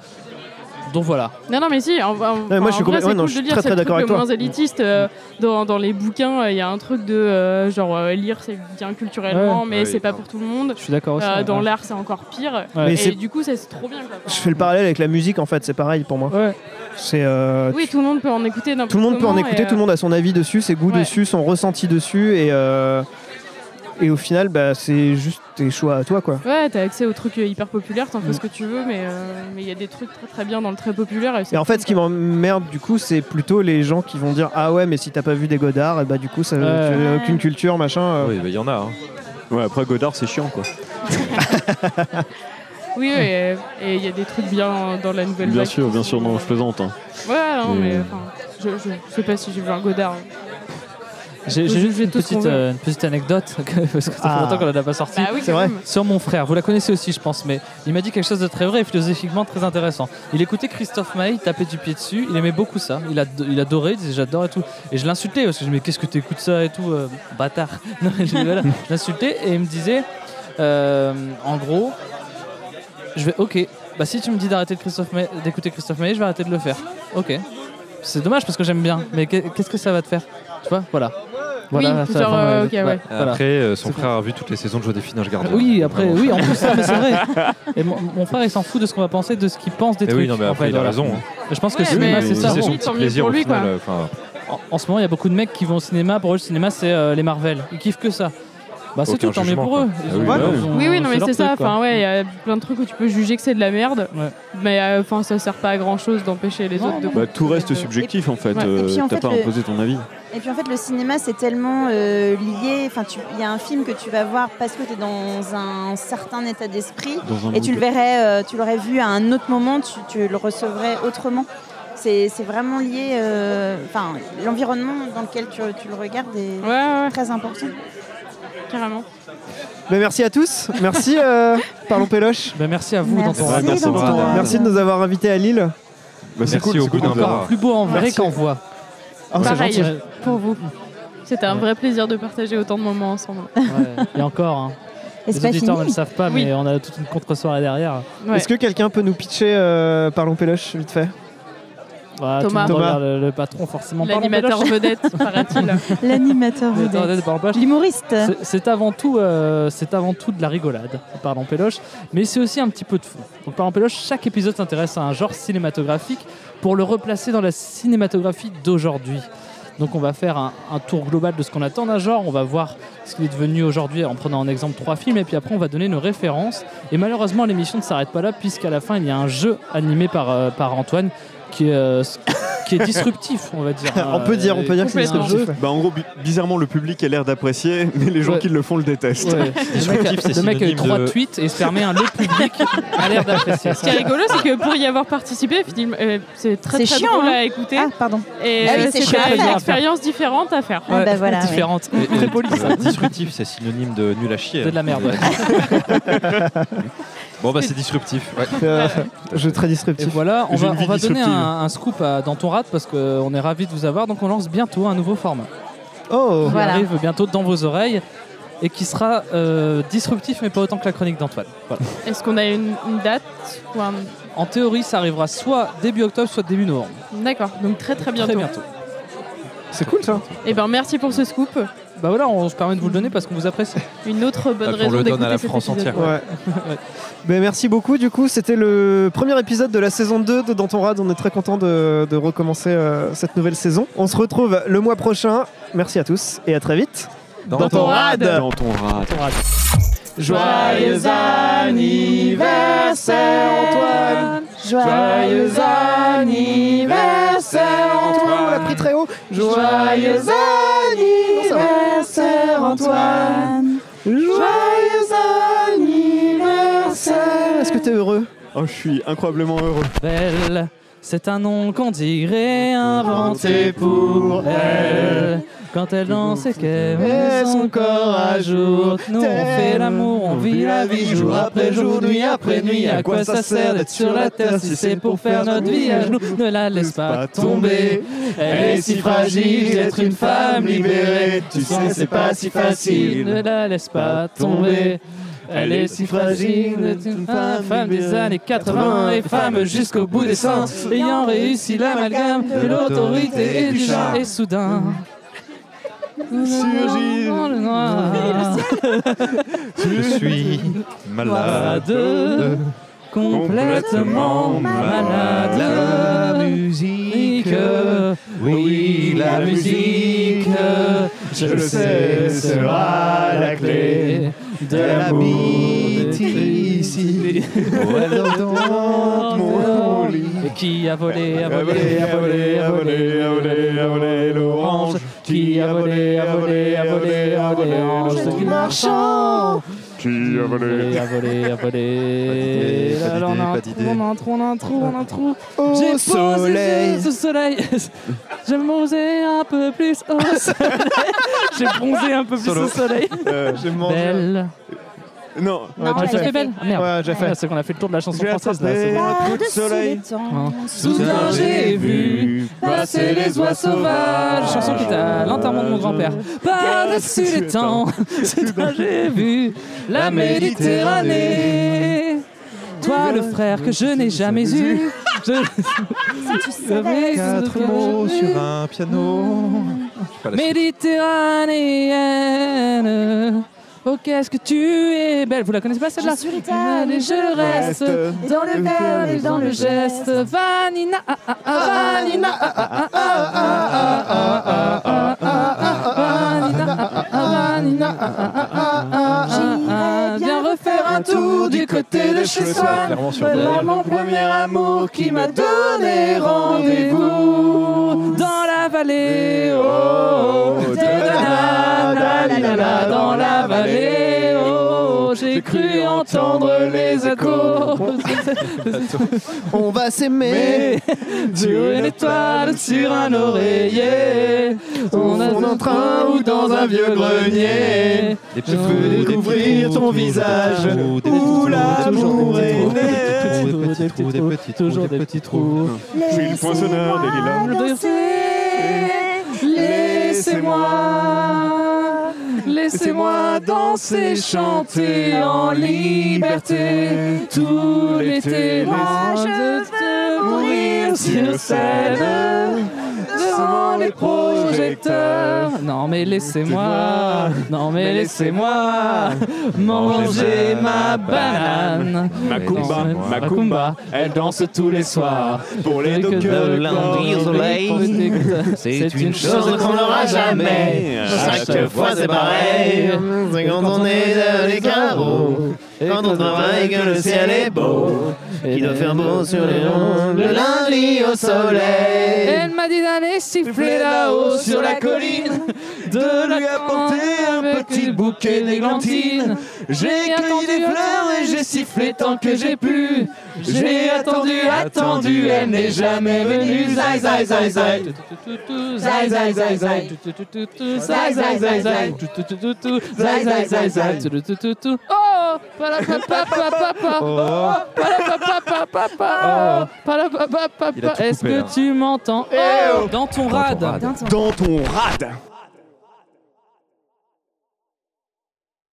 Donc voilà. Non, non, mais si, en, en- mais moi, je suis en complètement- vrai, c'est ouais, non, cool je de suis lire, très, c'est très le truc d'accord le avec toi. moins élitiste. euh, dans, dans les bouquins, il y a un truc de euh, genre euh, lire, c'est bien culturellement, Ouais. mais Ouais, c'est pas pardon. pour tout le monde. Je suis d'accord aussi. Euh, ouais. dans l'art, c'est encore pire. Ouais. Mais Et c'est- du coup, ça, c'est trop bien. quoi. Je fais le parallèle avec la musique, en fait, c'est pareil pour moi. Ouais. C'est. euh, Oui, tout le monde peut en écouter. Tout le monde peut en écouter, tout le monde a son avis dessus, ses goûts Ouais. dessus, son ressenti dessus, et, euh, et au final, bah, c'est juste tes choix à toi, quoi. euh, Ouais, t'as accès aux trucs hyper populaires, t'en Mm. fais ce que tu veux, mais euh, mais il y a des trucs très très bien dans le très populaire. Et en fait, ce qui m'emmerde, du coup, c'est plutôt les gens qui vont dire Ah ouais, mais si t'as pas vu des Godard, et bah du coup, ça, tu Ouais. as aucune culture, machin. euh. oui, bah, il y en a. hein. Ouais, après Godard, c'est chiant quoi. Oui, oui, et et il y a des trucs bien dans la nouvelle Bien vague. sûr, bien sûr, non, je plaisante. hein. Ouais, non, Mais- mais enfin, je, je, je sais pas si j'ai vu un Godard. hein. J'ai Vous j'ai juste jugez une tout ce qu'on petite, veut. euh, une petite anecdote, parce que ça Ah. fait longtemps qu'on ne l'a pas sortie. Bah oui, C'est quand vrai. même. Sur mon frère, vous la connaissez aussi, je pense, mais il m'a dit quelque chose de très vrai et philosophiquement très intéressant. Il écoutait Christophe Maé, il tapait du pied dessus, il aimait beaucoup ça, il, ad- il adorait, il disait j'adore et tout. Et je l'insultais parce que je me disais mais qu'est-ce que t'écoutes ça et tout, euh, bâtard. Non, mais je voilà, je l'insultais et il me disait euh, en gros, je vais ok, bah si tu me dis d'arrêter de Christophe Maé- d'écouter Christophe Maé, je vais arrêter de le faire. Ok. C'est dommage parce que j'aime bien, mais qu'est- qu'est-ce que ça va te faire Tu vois, voilà. Oui, ça, genre, enfin, euh, ok, ouais. voilà. Après, euh, son C'est frère a vu toutes les saisons de Joie des Filles Gardien. Oui, après, euh, oui, en plus, ça, mais c'est vrai. Et mon, mon frère, il s'en fout de ce qu'on va penser, de ce qu'il pense des Mais trucs. Eh oui, non, mais en après, fait, il a voilà. raison. hein. Je pense que Ouais, c'est mais ouais, c'est ça. C'est son Oui, petit tant mieux plaisir pour au lui, final. quoi. euh, enfin, En, en ce moment, il y a beaucoup de mecs qui vont au cinéma. Pour eux, le cinéma, c'est euh, les Marvel. Ils kiffent que ça. Bah, c'est Aucun tout, tant mieux jugement, pour eux. quoi. Ils Ah ont- oui, ils bah oui. ont- Oui, oui, non, mais Euh, leur c'est ça. truc, quoi. Enfin, ouais, il y a plein de trucs où tu peux juger que c'est de la merde, Ouais. mais euh, enfin, ça sert pas à grand chose d'empêcher les Non, autres de. non. Bah, tout reste Euh, subjectif en fait. ouais. euh, Et puis, en T'as fait, pas le- imposé ton avis. Et puis en fait, le cinéma, c'est tellement euh, lié. Enfin, tu- il y a un film que tu vas voir parce que tu es dans un certain état d'esprit Dans un et tu mood. le verrais, euh, tu l'aurais vu à un autre moment, tu, tu le recevrais autrement. C'est c'est vraiment lié. euh, Enfin, l'environnement dans lequel tu, tu le regardes est Ouais, ouais, très important. ouais, carrément. Mais merci à tous, merci euh, Parlons Péloche, Bah, merci à vous, Merci, Danton Rad. Danton Danton Rad. euh, Rad. merci de nous avoir invités à Lille. Bah, c'est Merci cool, au c'est cool bout de d'un voir. Encore plus beau en vrai Merci. qu'en voix. Ah, c'est Pareil. gentil. Pour vous. C'était un vrai plaisir de partager autant de moments ensemble. Ouais. Et encore, hein. Et les c'est pas auditeurs ne le fini. savent pas, Oui. mais on a toute une contre-soirée derrière. Ouais. Est-ce que quelqu'un peut nous pitcher euh, Parlons Péloche, vite fait Voilà, tout le Thomas. monde Thomas. regarde Le, le patron, forcément. Parlons L'animateur vedette, paraît-il. L'animateur péloche. vedette. L'animateur vedette, L'humoriste. C'est- C'est avant tout, euh, c'est avant tout de la rigolade. Parlons péloche, mais c'est aussi un petit peu de fou. Donc Parlons péloche, chaque épisode s'intéresse à un genre cinématographique pour le replacer dans la cinématographie d'aujourd'hui. Donc on va faire un, un tour global de ce qu'on attend d'un genre, on va voir ce qu'il est devenu aujourd'hui en prenant en exemple trois films et puis après on va donner nos références. Et malheureusement l'émission ne s'arrête pas là puisqu'à la fin il y a un jeu animé par, euh, par Antoine qui est, euh, qui est disruptif on va dire. On peut dire, on peut dire que c'est complètement. disruptif. ouais. Bah, en gros, bi- bizarrement, le public a l'air d'apprécier, mais les gens Ouais. qui le font le détestent. Ouais. Le mec, a- c'est le mec a eu synonyme trois de- tweets et se permet un le public à l'air d'apprécier. Ce qui est rigolo, c'est que pour y avoir participé, finalement, euh, c'est très, C'est très chiant, drôle hein. à écouter. Ah, pardon. Et Ah euh, oui, c'est chiant à c'était une faire. expérience différente à faire. Ah bah voilà, ouais. différente. Et- et- Très poli, ça. euh, Disruptif, c'est synonyme de nul à chier. C'est de la merde. ouais. Bon, bah c'est disruptif. ouais. Euh, jeu très Et disruptif. voilà, on va, J'ai une on vie va donner disruptive. un, un scoop à- dans ton rad parce qu'on est ravis de vous avoir. Donc on lance bientôt un nouveau format Oh qui Voilà. arrive bientôt dans vos oreilles et qui sera euh, disruptif mais pas autant que la chronique d'Antoine. Voilà. Est-ce qu'on a une, une date ou un- En théorie, ça arrivera soit début octobre, soit début novembre. D'accord, donc très très bientôt. Très bientôt. C'est cool ça Et ben merci pour ce scoop. Bah voilà, on se permet de vous le donner parce qu'on vous apprécie. Une autre bonne Ah, qu'on raison le donne d'écouter à la cet France épisode. entière. Ouais. Ben, merci beaucoup. Du coup, c'était le premier épisode de la saison 2 de Dans ton Rad. On est très content de, de recommencer euh, cette nouvelle saison. On se retrouve le mois prochain. Merci à tous et à très vite. Dans ton rad. Dans ton rat. Ton rad. Joyeux anniversaire Antoine Joyeux anniversaire Antoine On l'a pris très haut Joyeux anniversaire Antoine. Joyeux anniversaire Est-ce que t'es heureux Oh, je suis incroyablement heureux. Belle, c'est un nom qu'on dirait inventé pour elle. Quand elle danse et qu'elle met son corps à jour, nous on fait l'amour, on vit la vie jour après jour, nuit après nuit. À quoi ça sert d'être sur la terre si c'est pour faire notre vie à genoux Ne la laisse pas tomber. Elle est si fragile d'être une femme libérée. Tu sais, c'est pas si facile. Ne la laisse pas tomber. Elle est si fragile, d'être une femme, femme des années 80 et femme jusqu'au bout des seins, ayant réussi l'amalgame de l'autorité et du charme. Et soudain, Surgit. dans le noir, Je suis malade, complètement malade. La musique, oui, la musique, je le sais, sera la clé de la ici. Et qui a volé, a volé, a volé, a volé, a volé, a volé l'orange. Qui a volé, a volé, a volé, a volé l'orange du marchand. Qui a volé À voler, à voler. Pas d'idée, Alors, on a un pas trou, d'idée. on a un trou, on a un trou, on a un trou. Au J'ai soleil. posé sous le soleil. J'ai m'osé un peu plus au soleil. J'ai bronzé un peu plus au soleil. Euh, J'ai mangé Belle. Non, Non, Ouais, elle j'ai est- Ah, fait belle. Ah, Merde. Ouais, j'ai fait Ah, C'est qu'on a fait le tour de la chanson J'ai française là. c'est attrapé. bon. Par-dessus soleil. les Ah, temps, Ah, Soudain, j'ai vu passer les oies sauvages. Chanson qui est à l'intermont de mon grand-père. Par-dessus les temps, soudain j'ai vu la Méditerranée. Toi, le frère que je n'ai jamais eu. Je- tu savais. Quatre mots sur un piano. Méditerranéenne. Oh, qu'est-ce que tu es belle. Vous la connaissez pas celle-là Je suis l'Italie, Allez, je reste. Dans le verbe et dans le geste. Vanina, ah, ah, ah, Vanina, ah, ah, ah, ah, ah, ah, ah, ah, ah, ah, Vanina, ah, ah, Vanina, ah, ah, ah, ah, ah, ah. Viens refaire un tour du côté de chez soi. Voilà mon premier amour qui m'a donné rendez-vous dans la vallée. Oh, oh, de la, la, la, la, la, dans la vallée. Oh, j'ai cru entendre les échos. On va s'aimer Sur une étoile, sur un oreiller, on a fond un d'un train ou dans un vieux grenier. Des Je veux découvrir ton visage. Où l'amour est né. trous, des petits trous, des petits trous, toujours des petits trous. J'ai une poinçonneur, des lilas. Laissez-moi, laissez-moi danser, chanter en liberté tout l'été. Moi, je veux mourir sur scène devant les projecteurs. Non, mais laissez-moi, non, mais laissez-moi manger ma banane. Macumba, Non, mais- Macumba, elle danse tous les soirs Pour les que dockers, de lundi gloire, au soleil. spectacle. C'est une chose qu'on n'aura jamais. Chaque fois, c'est pareil. C'est quand on est dans les carreaux, quand on travaille, que le ciel est beau, qu'il doit faire beau sur les ondes, le lundi au soleil. Elle m'a dit d'aller siffler là-haut sur la colline, de lui apporter un petit bouquet d'églantines. J'ai cueilli des fleurs et j'ai sifflé tant que j'ai pu. J'ai attendu, attendu, elle n'est jamais venue. Zai, zai, zai, zai. Zai, zai, zai, zai. Zai, zai, zai, zai. Zai, zai, zai, zai. Oh, palapapapapapa. Oh, palapapapapapa. Oh, palapapapapa. Il a tout Est-ce coupé, que là. tu m'entends Eh oh Dans ton rad. Dans ton rad.